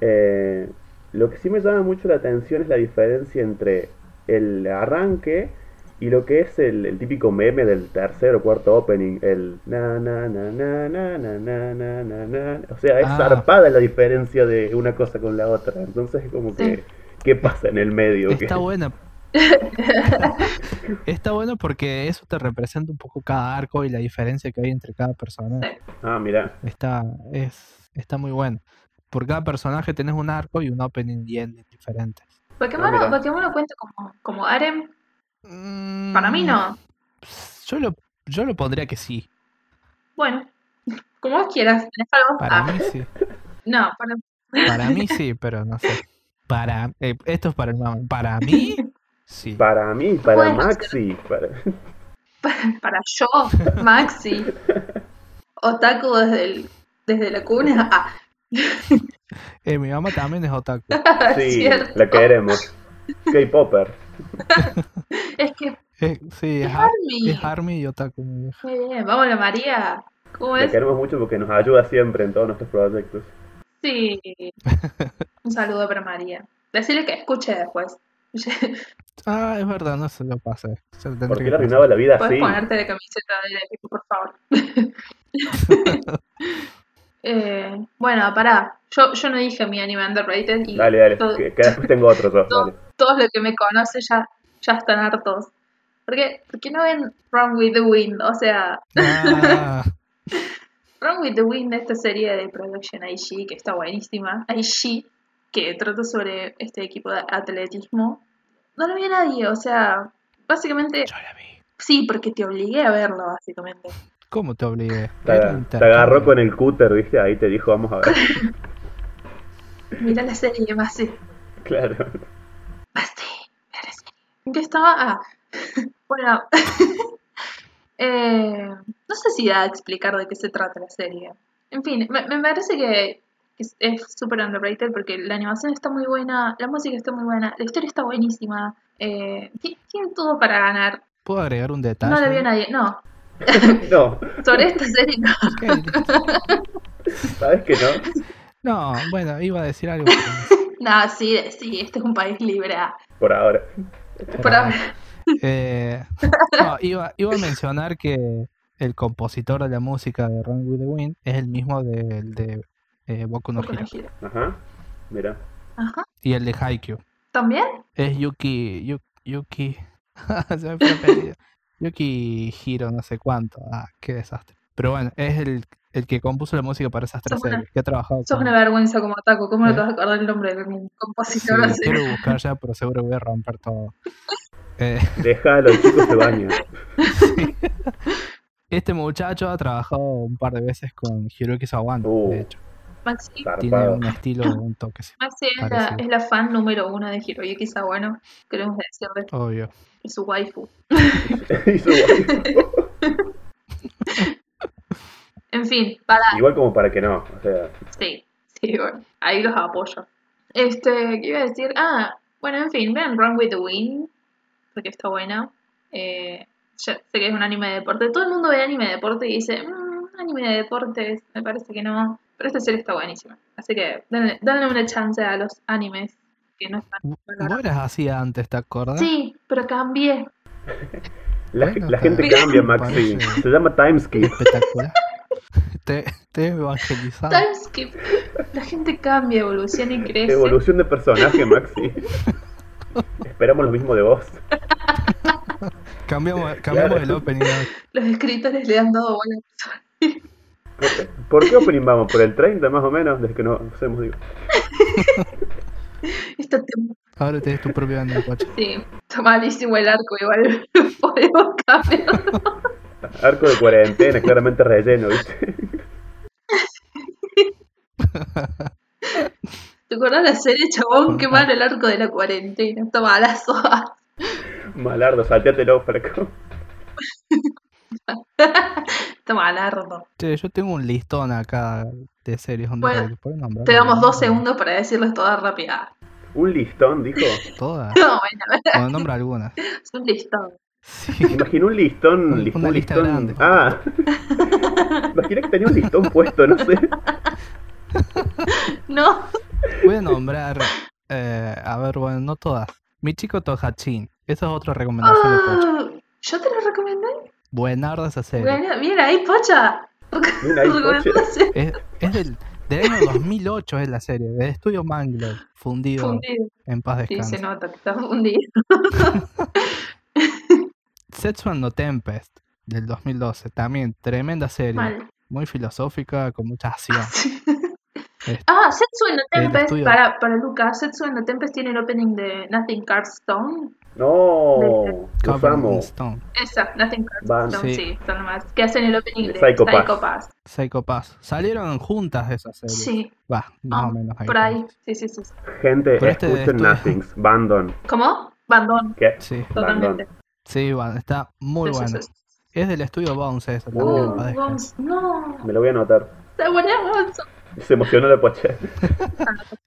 Speaker 1: Eh, lo que sí me llama mucho la atención es la diferencia entre el arranque y lo que es el, el típico meme del tercer o cuarto opening. El na na na na na na na na na na. O sea, es
Speaker 2: Ah.
Speaker 1: zarpada la diferencia de una cosa con la otra. Entonces es como que...
Speaker 3: Sí.
Speaker 1: ¿Qué pasa en el medio?
Speaker 2: Está
Speaker 3: [LAUGHS]
Speaker 2: buena. Está bueno porque eso te representa un poco cada arco y la diferencia que hay entre cada personaje.
Speaker 1: Ah, mira.
Speaker 2: Está, es, está muy bueno. Por cada personaje tenés un arco y un opening y ending diferentes.
Speaker 1: Ah,
Speaker 3: Bakemono,
Speaker 1: mira.
Speaker 3: Bakemono cuenta como, como harem. Para mí no.
Speaker 2: Mm, Yo lo, yo lo pondría que sí.
Speaker 3: Bueno, [LAUGHS] como vos quieras. ¿Tenés algo?
Speaker 2: Para
Speaker 3: Ah,
Speaker 2: mí sí.
Speaker 3: no, para-
Speaker 2: Para mí sí, pero no sé. Para, eh, esto es para el mame. Para mí, sí.
Speaker 1: Para mí, para
Speaker 3: Bueno,
Speaker 1: Maxi. Para...
Speaker 3: [LAUGHS] para yo,
Speaker 2: [LAUGHS]
Speaker 3: Maxi, otaku desde, el, desde la cuna. [LAUGHS] Ah,
Speaker 2: Eh, mi mamá también es
Speaker 3: [LAUGHS]
Speaker 2: otaku.
Speaker 3: Ah, es
Speaker 1: Sí,
Speaker 3: cierto.
Speaker 1: la queremos. K-Popper.
Speaker 3: Es que
Speaker 2: Eh, sí,
Speaker 3: es
Speaker 2: es, ar-
Speaker 3: Army.
Speaker 2: es Army y otaku. mi vieja.
Speaker 3: Muy bien, vamos la María. ¿Cómo
Speaker 1: La
Speaker 3: es?
Speaker 1: queremos mucho porque nos ayuda siempre en todos nuestros proyectos.
Speaker 2: [LAUGHS]
Speaker 3: Sí. Un saludo para María. Decirle que escuche después.
Speaker 2: Ah, es verdad, no se lo pasé. Se lo tendré
Speaker 1: Porque
Speaker 2: que
Speaker 1: le
Speaker 2: pasar.
Speaker 1: arruinaba la vida
Speaker 3: Puedes
Speaker 1: así.
Speaker 3: ponerte la camiseta del equipo, por favor. [LAUGHS] Eh, bueno, pará. Yo, yo no dije mi anime underrated y
Speaker 1: Dale, dale.
Speaker 3: to-
Speaker 1: Que, que después tengo otro
Speaker 3: [LAUGHS]
Speaker 1: yo.
Speaker 3: to-
Speaker 1: Dale.
Speaker 3: todos los que me conocen ya, ya están hartos. ¿Por qué, por qué no ven Run with the Wind? O sea,
Speaker 1: [LAUGHS]
Speaker 2: Ah,
Speaker 3: Run with the Wind, esta serie de Production IG, que está buenísima. IG, que trata sobre este equipo de atletismo. No lo vi a nadie, o sea, básicamente,
Speaker 2: yo la vi.
Speaker 3: sí, porque te obligué a verlo, básicamente.
Speaker 2: ¿Cómo te obligué?
Speaker 1: Te,
Speaker 2: Era
Speaker 1: aga-
Speaker 2: un
Speaker 1: te agarró
Speaker 2: intercambio.
Speaker 1: con el cúter, ¿viste? Ahí te dijo, vamos a
Speaker 3: [LAUGHS]
Speaker 1: ver.
Speaker 3: Mira la serie, más sí.
Speaker 1: Claro.
Speaker 3: Basti, eres- ¿En qué estaba? Ah, [LAUGHS] bueno. [LAUGHS] Eh, no sé si da a explicar de qué se trata la serie. En fin, me, me parece que es- es súper underrated porque la animación está muy buena, la música está muy buena, la historia está buenísima. Eh, ti- tiene todo para ganar.
Speaker 2: ¿Puedo agregar un detalle?
Speaker 3: No la vio nadie. No,
Speaker 1: No,
Speaker 3: sobre esta [LAUGHS] serie no.
Speaker 2: Ok, listo.
Speaker 1: ¿sabes que no?
Speaker 2: No, bueno, iba a decir algo. pero-
Speaker 3: No, sí, sí, este es un país libre. ah.
Speaker 1: Por ahora.
Speaker 3: [LAUGHS] Por ahora.
Speaker 2: Eh, no, iba, iba a mencionar que el compositor de la música de Run with the Wind es el mismo del de eh, Boku no
Speaker 3: Boku no
Speaker 2: Hero
Speaker 3: Hero.
Speaker 1: Ajá. Mira.
Speaker 3: Ajá.
Speaker 2: y el de Haikyuu.
Speaker 3: ¿También?
Speaker 2: Es Yuki. Yu- Yuki. [LAUGHS] se me fue el apellido. Yuki Hiro, no sé cuánto. Ah, qué desastre. Pero bueno, es el el que compuso la música para esas tres
Speaker 3: Sos una-
Speaker 2: series, que ha trabajado.
Speaker 3: Sos
Speaker 2: con-
Speaker 3: una vergüenza como Ataco. ¿Cómo no te
Speaker 2: Ah. ¿Eh?
Speaker 3: vas a acordar el nombre del
Speaker 2: Sí,
Speaker 3: compositor?
Speaker 2: lo quiero buscar
Speaker 3: [LAUGHS]
Speaker 2: ya, pero seguro voy a romper todo. Eh,
Speaker 1: Déjalo, el chico se
Speaker 3: [LAUGHS]
Speaker 1: baña.
Speaker 2: este muchacho ha trabajado un par de veces con Hiroki Sawano,
Speaker 1: Uh,
Speaker 2: de hecho.
Speaker 3: Maxi,
Speaker 2: Tiene
Speaker 1: Zarpado.
Speaker 2: un estilo, un toque, sí,
Speaker 3: Maxi es, la,
Speaker 2: parecido.
Speaker 3: es la fan número uno de Hiroyuki Sawano. Queremos decirle
Speaker 2: obvio.
Speaker 3: es su waifu.
Speaker 1: [LAUGHS] Y su guay.
Speaker 3: En fin, para.
Speaker 1: Igual como para que no. O sea,
Speaker 3: Sí, sí, bueno, ahí los apoyo. Este, ¿qué iba a decir? Ah, bueno, en fin, vean Run with the Wind, porque está buena. Eh, ya sé que es un anime de deporte. Todo el mundo ve anime de deporte y dice, "Mm, anime de deportes, me parece que no. Pero esta serie está buenísima. Así que denle, denle una chance a los animes que no están.
Speaker 2: Vos
Speaker 3: valorados.
Speaker 2: eras así antes, ¿te acordás?
Speaker 3: Sí, pero cambié.
Speaker 1: la,
Speaker 2: Bueno,
Speaker 1: la
Speaker 2: está
Speaker 1: gente
Speaker 2: bien.
Speaker 1: cambia, Maxi.
Speaker 2: Parece.
Speaker 1: Se llama Timeskip.
Speaker 2: Espectacular. [LAUGHS] te, te he evangelizado.
Speaker 3: Time skip. La gente cambia, evoluciona y crece.
Speaker 1: Evolución de personaje, Maxi. Esperamos lo mismo de vos.
Speaker 2: Cambiamos, cambiamos
Speaker 1: Claro.
Speaker 2: el opening. ahora.
Speaker 3: Los escritores le han dado buena
Speaker 1: ¿Por qué opening vamos? ¿Por el 30 más o menos? Desde que nos hacemos, digo.
Speaker 3: Esta tem-
Speaker 2: Ahora tenés tu propio anime, Pacho.
Speaker 3: Este Sí, está malísimo el arco, igual [LAUGHS] podemos cambiar.
Speaker 1: Arco de cuarentena, claramente relleno, ¿viste? [LAUGHS]
Speaker 3: ¿Te acordás la serie, chabón? Qué mal el arco de la cuarentena, está malazo.
Speaker 1: Malardo, salteatelo, Franco.
Speaker 3: Está malardo.
Speaker 2: Che, yo tengo un listón acá de series. onda,
Speaker 3: Bueno,
Speaker 2: ¿lo puedo nombrar?
Speaker 3: Te damos dos segundos para decirlas todas rápidas.
Speaker 1: Un listón, dijo.
Speaker 2: [LAUGHS] Todas.
Speaker 3: [LAUGHS] No, bueno, [LAUGHS]
Speaker 2: Bueno, nombra algunas. [LAUGHS]
Speaker 3: es un listón.
Speaker 2: Sí.
Speaker 1: Imaginé un listón,
Speaker 2: Una
Speaker 1: listón,
Speaker 2: lista
Speaker 1: listón.
Speaker 2: grande.
Speaker 1: Ah. Imaginé que tenía un listón puesto, no sé.
Speaker 3: No,
Speaker 2: Voy a nombrar. eh, a ver, bueno, no todas. Mi chico Tohachin. Esa es otra recomendación de Pacho.
Speaker 3: Ah, yo te lo recomendé.
Speaker 2: Buenarda esa serie.
Speaker 3: Ah. Bueno, mira ahí, pocha.
Speaker 1: Mira ahí, Pocha.
Speaker 3: Recomendación
Speaker 2: Es, es del, del año 2008 es la serie. De estudio Mangler. Fundido.
Speaker 3: fundido.
Speaker 2: En paz
Speaker 3: Sí,
Speaker 2: descanse.
Speaker 3: se nota que está fundido.
Speaker 2: Setsu and the Tempest. Del 2012. También tremenda serie.
Speaker 3: Mal.
Speaker 2: Muy filosófica, con mucha acción. Este,
Speaker 3: Ah, Setsu and the
Speaker 2: El
Speaker 3: Tempest,
Speaker 2: estudio.
Speaker 3: para, para Lucas, Setsu and the Tempest tiene el opening de Nothing Carstone.
Speaker 1: No, lo
Speaker 2: Covered in
Speaker 1: usamos.
Speaker 2: Stone.
Speaker 3: Esa, Nothing Cards
Speaker 1: Van.
Speaker 3: Don't
Speaker 2: Sí.
Speaker 3: sí, son nomás. Que hacen el opening de
Speaker 1: Psycho Pass.
Speaker 3: Psycho Pass.
Speaker 2: Psycho Pass. Salieron juntas esas series.
Speaker 3: Sí,
Speaker 2: Va, más
Speaker 3: Ah,
Speaker 2: o menos ahí.
Speaker 3: por ahí. Sí, sí, sí. sí.
Speaker 1: Gente,
Speaker 2: Pero este
Speaker 1: escuchen
Speaker 2: estudio-
Speaker 1: Nothings, Bandon.
Speaker 3: ¿Cómo? Bandón,
Speaker 1: ¿Qué?
Speaker 2: Sí,
Speaker 3: totalmente.
Speaker 2: sí, bueno, está muy
Speaker 3: Sí, sí,
Speaker 2: bueno.
Speaker 3: sí.
Speaker 2: Es del estudio Bounce esa
Speaker 1: Uh.
Speaker 2: también.
Speaker 3: Oh,
Speaker 2: en paz descanse.
Speaker 3: Bones, no,
Speaker 1: Me lo voy a anotar.
Speaker 3: está buena Bones.
Speaker 1: Se emocionó la pocha.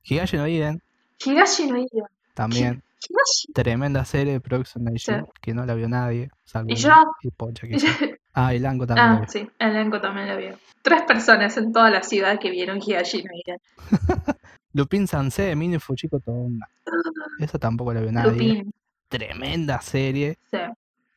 Speaker 2: Higashi no Iden,
Speaker 3: Higashi no iba. [LAUGHS]
Speaker 2: también.
Speaker 3: Higashi.
Speaker 2: Tremenda serie de Production Nation que no la vio nadie. Salvo
Speaker 3: Y
Speaker 2: Lan-
Speaker 3: yo.
Speaker 2: Y Pocha, quizá.
Speaker 3: [LAUGHS]
Speaker 2: Ah, y Lanko también. la
Speaker 3: ah,
Speaker 2: vio.
Speaker 3: sí, el elenco también lo vio. Tres personas en toda la ciudad que vieron Higashi no iba.
Speaker 2: Lupin Sansei, Mini Fujiko Todonga. Esa tampoco la vio nadie.
Speaker 3: Lupin,
Speaker 2: Tremenda serie.
Speaker 3: sí.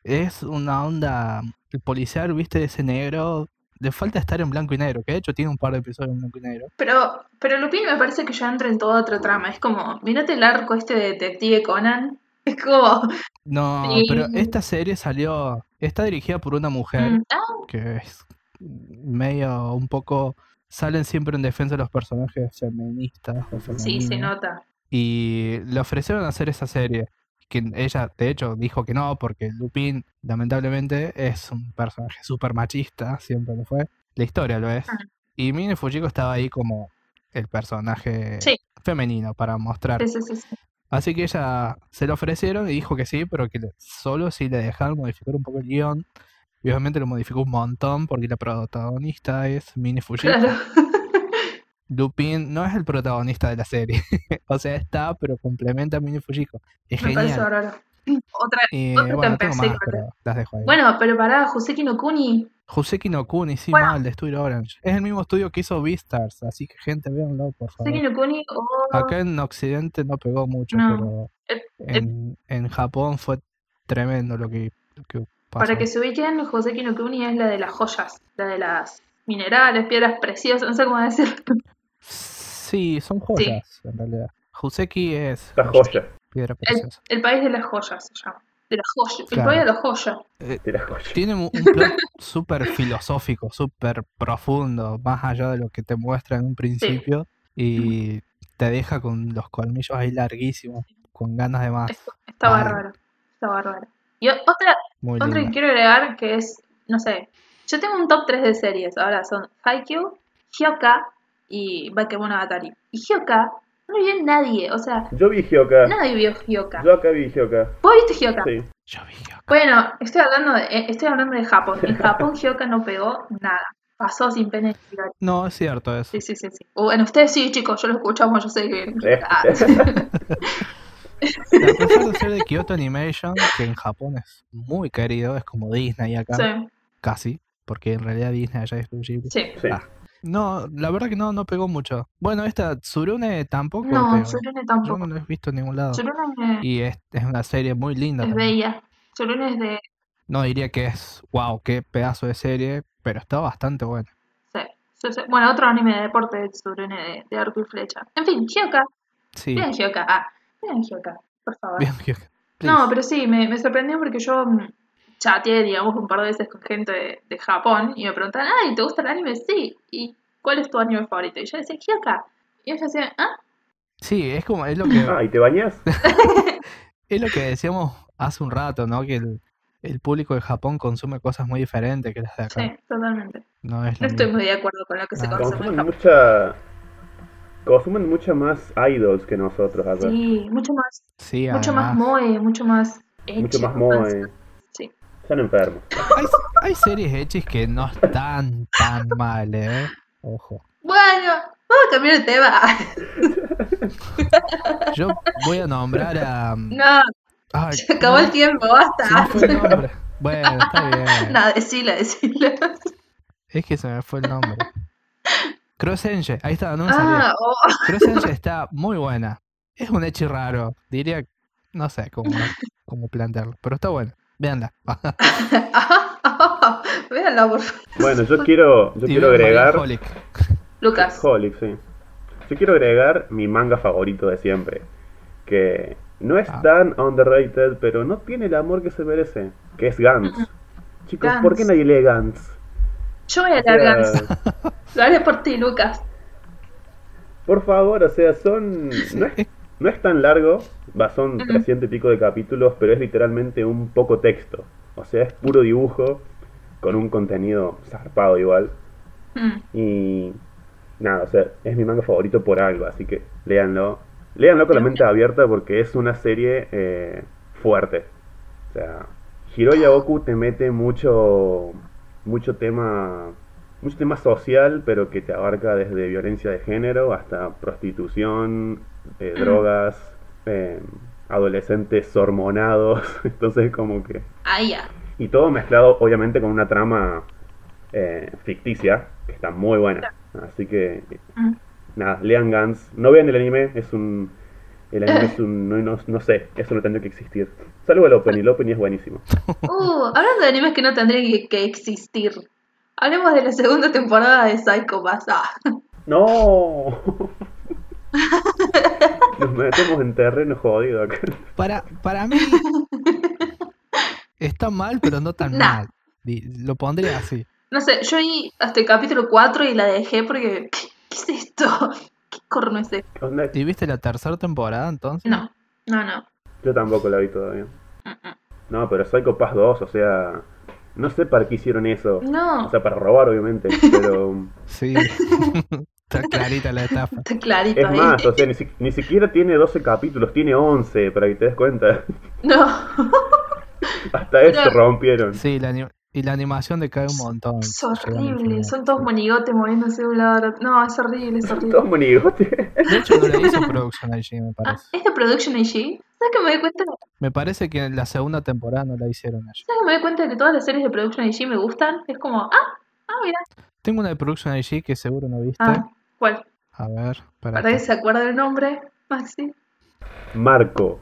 Speaker 2: Es una onda. El policial, viste, ese negro. Le falta estar en blanco y negro, que de hecho tiene un par de episodios en blanco y negro.
Speaker 3: Pero, pero Lupin me parece que ya entra en toda otra trama. Es como, mirate el arco este de Detective Conan. [LAUGHS] Es como.
Speaker 2: No,
Speaker 3: Sí.
Speaker 2: pero esta serie salió. Está dirigida por una mujer
Speaker 3: mm, ah,
Speaker 2: que es medio un poco. Salen siempre en defensa de los personajes feministas o
Speaker 3: sí, se
Speaker 2: femeninos,
Speaker 3: nota.
Speaker 2: Y le ofrecieron hacer esa serie. Que ella, de hecho, dijo que no, porque Lupin, lamentablemente, es un personaje súper machista, siempre lo fue. La historia lo es.
Speaker 3: Ah.
Speaker 2: Y Mine Fujiko estaba ahí como el personaje
Speaker 3: Sí.
Speaker 2: femenino para mostrar.
Speaker 3: Sí, sí, sí, sí.
Speaker 2: Así que ella se lo ofrecieron y dijo que sí, pero que le- solo si le dejaron modificar un poco el guión. Y obviamente lo modificó un montón porque la protagonista es Mini Fujiko.
Speaker 3: Claro. [LAUGHS]
Speaker 2: Lupin no es el protagonista de la serie. [LAUGHS] o sea, está, pero complementa a Mini Fujiko. Es
Speaker 3: Me parece
Speaker 2: genial.
Speaker 3: bárbaro. Otra.
Speaker 2: Y
Speaker 3: Otra
Speaker 2: bueno, tengo
Speaker 3: temporada,
Speaker 2: más,
Speaker 3: sí,
Speaker 2: pero las dejo ahí.
Speaker 3: Bueno, pero pará, Joseki no Kuni.
Speaker 2: Joseki no Kuni, sí,
Speaker 3: Bueno.
Speaker 2: mal, de Studio Orange. Es el mismo estudio que hizo Beastars, así que gente, véanlo, por favor.
Speaker 3: Joseki no Kuni o.
Speaker 2: Acá en Occidente no pegó mucho,
Speaker 3: No.
Speaker 2: pero
Speaker 3: Eh,
Speaker 2: en, en Japón fue tremendo lo que, lo que pasó.
Speaker 3: Para que se ubiquen, Joseki no Kuni es la de las joyas, la de las minerales, piedras preciosas, no sé cómo decir.
Speaker 2: Sí, son joyas, en realidad. Joseki es
Speaker 1: Esta joya.
Speaker 3: Eh.
Speaker 2: piedra preciosa.
Speaker 3: El país de las joyas se llama. de la joya. El
Speaker 2: Claro.
Speaker 3: poder de la joya.
Speaker 1: de la joya.
Speaker 2: Tiene un un plot
Speaker 3: [LAUGHS]
Speaker 2: súper filosófico, súper profundo, más allá de lo que te muestra en un principio. Y te deja con los colmillos ahí larguísimos, con ganas de más.
Speaker 3: Esto- Está
Speaker 2: Vale.
Speaker 3: bárbaro. Está bárbaro. Y o- otra,
Speaker 2: Muy
Speaker 3: otra que
Speaker 2: lindo.
Speaker 3: quiero agregar que es, no sé, yo tengo un top 3 de series. Ahora son Haikyuu, Hyoka y Bakemono Atari. Y Hyoka no vio nadie. O sea,
Speaker 1: Yo vi Hyoka.
Speaker 3: nadie vio Hyoka.
Speaker 1: Yo acá vi Hyoka.
Speaker 3: ¿Vos viste Hyoka?
Speaker 1: Sí.
Speaker 2: Yo vi Hyoka.
Speaker 3: Bueno, estoy hablando de, eh, estoy hablando de Japón.
Speaker 2: [LAUGHS]
Speaker 3: En Japón Hyoka no pegó nada. Pasó sin pena ni gloria.
Speaker 2: No, es cierto eso.
Speaker 3: Sí, sí, sí, sí. O, Bueno, ustedes sí, chicos, yo lo escuchamos, yo sé que...
Speaker 1: Eh.
Speaker 2: [LAUGHS]
Speaker 3: Ah.
Speaker 2: A pesar de ser de Kyoto Animation, que en Japón es muy querido, es como Disney acá,
Speaker 3: sí,
Speaker 2: casi, porque en realidad Disney allá es Ghibli.
Speaker 3: sí.
Speaker 1: Sí.
Speaker 2: Ah. No, la verdad que no, no pegó mucho. Bueno, esta Tsurune tampoco
Speaker 3: No,
Speaker 2: pegó.
Speaker 3: Surune
Speaker 2: Yo no
Speaker 3: tampoco.
Speaker 2: la he visto en ningún lado.
Speaker 3: Surune
Speaker 2: Y es, es una serie muy linda.
Speaker 3: es
Speaker 2: también.
Speaker 3: bella. Surune es de...
Speaker 2: No diría que es, wow, qué pedazo de serie, pero está bastante buena.
Speaker 3: sí, sí, sí. Bueno, otro anime de deporte de Surune de, de arco y flecha. En fin, Hyoka.
Speaker 2: Sí,
Speaker 3: Bien, Hyoka. Ah, bien, Hyoka. Por
Speaker 2: [LAUGHS]
Speaker 3: favor.
Speaker 2: bien, Hyoka.
Speaker 3: No,
Speaker 2: Please.
Speaker 3: pero sí, me, me sorprendió porque yo mm, chateé, digamos, un par de veces con gente de, de Japón y me preguntan, ay, ¿te gusta el anime? Sí. ¿Y cuál es tu anime favorito? Y yo decía, Hyoka. Y ellos decían, ah,
Speaker 2: Sí, es como, es lo que
Speaker 3: [LAUGHS]
Speaker 1: Ah, ¿y te bañas?
Speaker 2: Es lo que decíamos hace un rato, ¿no? Que el, el público de Japón consume cosas muy diferentes que las de acá.
Speaker 3: sí, totalmente.
Speaker 2: No es
Speaker 3: No
Speaker 2: lo
Speaker 3: estoy
Speaker 2: mismo.
Speaker 3: muy de acuerdo con lo que se
Speaker 2: Ah.
Speaker 3: consume en
Speaker 1: Consumen
Speaker 3: Japón.
Speaker 1: mucha. Consumen mucha más idols que nosotros acá.
Speaker 3: Sí, mucho más,
Speaker 2: Sí,
Speaker 3: mucho más
Speaker 2: además.
Speaker 3: moe, mucho más
Speaker 1: Mucho
Speaker 3: ecchi,
Speaker 1: más moe.
Speaker 3: Sí.
Speaker 1: Están enfermos.
Speaker 2: Hay, hay series hechis que no están tan mal, ¿eh? Ojo.
Speaker 3: Bueno, vamos a cambiar el tema. [LAUGHS]
Speaker 2: Yo voy a nombrar a. mm,
Speaker 3: No,
Speaker 2: Ay,
Speaker 3: se acabó el
Speaker 2: no,
Speaker 3: tiempo,
Speaker 2: se me
Speaker 3: basta.
Speaker 2: fue el nombre. Bueno,
Speaker 3: [LAUGHS]
Speaker 2: está bien.
Speaker 3: No, decilo, decilo.
Speaker 2: Es que se me fue el nombre. Cross Engine, ahí está, no me salía.
Speaker 3: Ah, oh,
Speaker 2: Cross Engine está muy buena. Es un hechi raro. Diría, no sé cómo, cómo plantearlo, pero está bueno. Véanla.
Speaker 3: ah, [LAUGHS] ah, véanlo, por favor.
Speaker 1: Bueno, yo quiero. Yo
Speaker 2: Y
Speaker 1: quiero
Speaker 2: vean
Speaker 1: agregar.
Speaker 2: Mariaholic.
Speaker 3: Lucas.
Speaker 1: Holic, sí. Yo quiero agregar mi manga favorito de siempre, que no es
Speaker 2: Ah.
Speaker 1: tan underrated, pero no tiene el amor que se merece, que es Gantz. Chicos,
Speaker 3: Gantz.
Speaker 1: ¿por qué nadie lee Gantz?
Speaker 3: Yo voy a
Speaker 1: O sea,
Speaker 3: largar. Lo haré por ti, Lucas.
Speaker 1: por favor, o sea, son... No es, no es tan largo, va, son
Speaker 3: Ujú.
Speaker 1: 300 y pico de capítulos, pero es literalmente un poco texto. O sea, es puro dibujo, con un contenido zarpado igual.
Speaker 3: Mm,
Speaker 1: Y nada, o sea, es mi manga favorito por algo, así que léanlo. Léanlo con la mente abierta porque es una serie eh, fuerte. O sea, Hiroya Oku te mete mucho, mucho tema, mucho tema social, pero que te abarca desde violencia de género hasta prostitución, eh, drogas, eh, adolescentes hormonados. [LAUGHS] Entonces, como que
Speaker 3: Ahí ya.
Speaker 1: y todo mezclado, obviamente, con una trama eh, ficticia, que está muy buena. Así que,
Speaker 3: Mm.
Speaker 1: nada, lean Guns. No vean el anime, es un. El anime es un. No, no- no sé, eso no tendría que existir. Salvo el Open, y el Open es buenísimo.
Speaker 3: Uh, hablando de animes que no tendrían que, que existir. Hablemos de la segunda temporada de Psycho Pass. Ah,
Speaker 1: ¡No! Nos metemos en terreno jodido acá.
Speaker 2: Para, para mí está mal, pero no tan
Speaker 3: [LAUGHS] Nah.
Speaker 2: mal. Di- Lo pondría así.
Speaker 3: No sé, yo vi hasta el capítulo 4 y la dejé porque. ¿Qué, qué es esto? [LAUGHS] ¿Qué corno es esto?
Speaker 1: ¿Qué onda?
Speaker 2: ¿Y viste la tercera temporada entonces?
Speaker 3: No, no, no.
Speaker 1: Yo tampoco la vi todavía.
Speaker 3: Mm, mm.
Speaker 1: No, pero Psycho Pass 2, o sea. No sé para qué hicieron eso. O
Speaker 3: No,
Speaker 1: sea, para robar, obviamente, pero.
Speaker 2: Sí. [LAUGHS] está clarita la etapa.
Speaker 3: está clarito
Speaker 1: Es
Speaker 3: ahí.
Speaker 1: más, o sea, ni, si- ni siquiera tiene 12 capítulos, tiene 11, para que te des cuenta. [LAUGHS]
Speaker 3: No,
Speaker 1: Hasta eso
Speaker 3: Pero-
Speaker 1: rompieron.
Speaker 2: Sí, la ani- y la animación decae un montón.
Speaker 3: es
Speaker 2: llegando al
Speaker 3: horrible.
Speaker 2: final.
Speaker 3: Son todos monigotes moviéndose de un lado a otro. No, es horrible, es
Speaker 1: [LAUGHS]
Speaker 3: horrible.
Speaker 1: Dos monigotes.
Speaker 2: De hecho, no le
Speaker 3: [LAUGHS]
Speaker 2: hizo production IG, me
Speaker 3: Ah,
Speaker 2: parece.
Speaker 3: ¿Esta production IG? ¿Sabes que me doy cuenta?
Speaker 2: Me parece que en la segunda temporada no la hicieron allí.
Speaker 3: ¿Sabes que me doy cuenta de que todas las series de Production IG me gustan? Es como, ah, ah, mira.
Speaker 2: Tengo una de production IG que seguro no viste.
Speaker 3: Ah, ¿cuál?
Speaker 2: A ver, para.
Speaker 3: ¿Para que se acuerda el nombre, Maxi?
Speaker 1: Marco.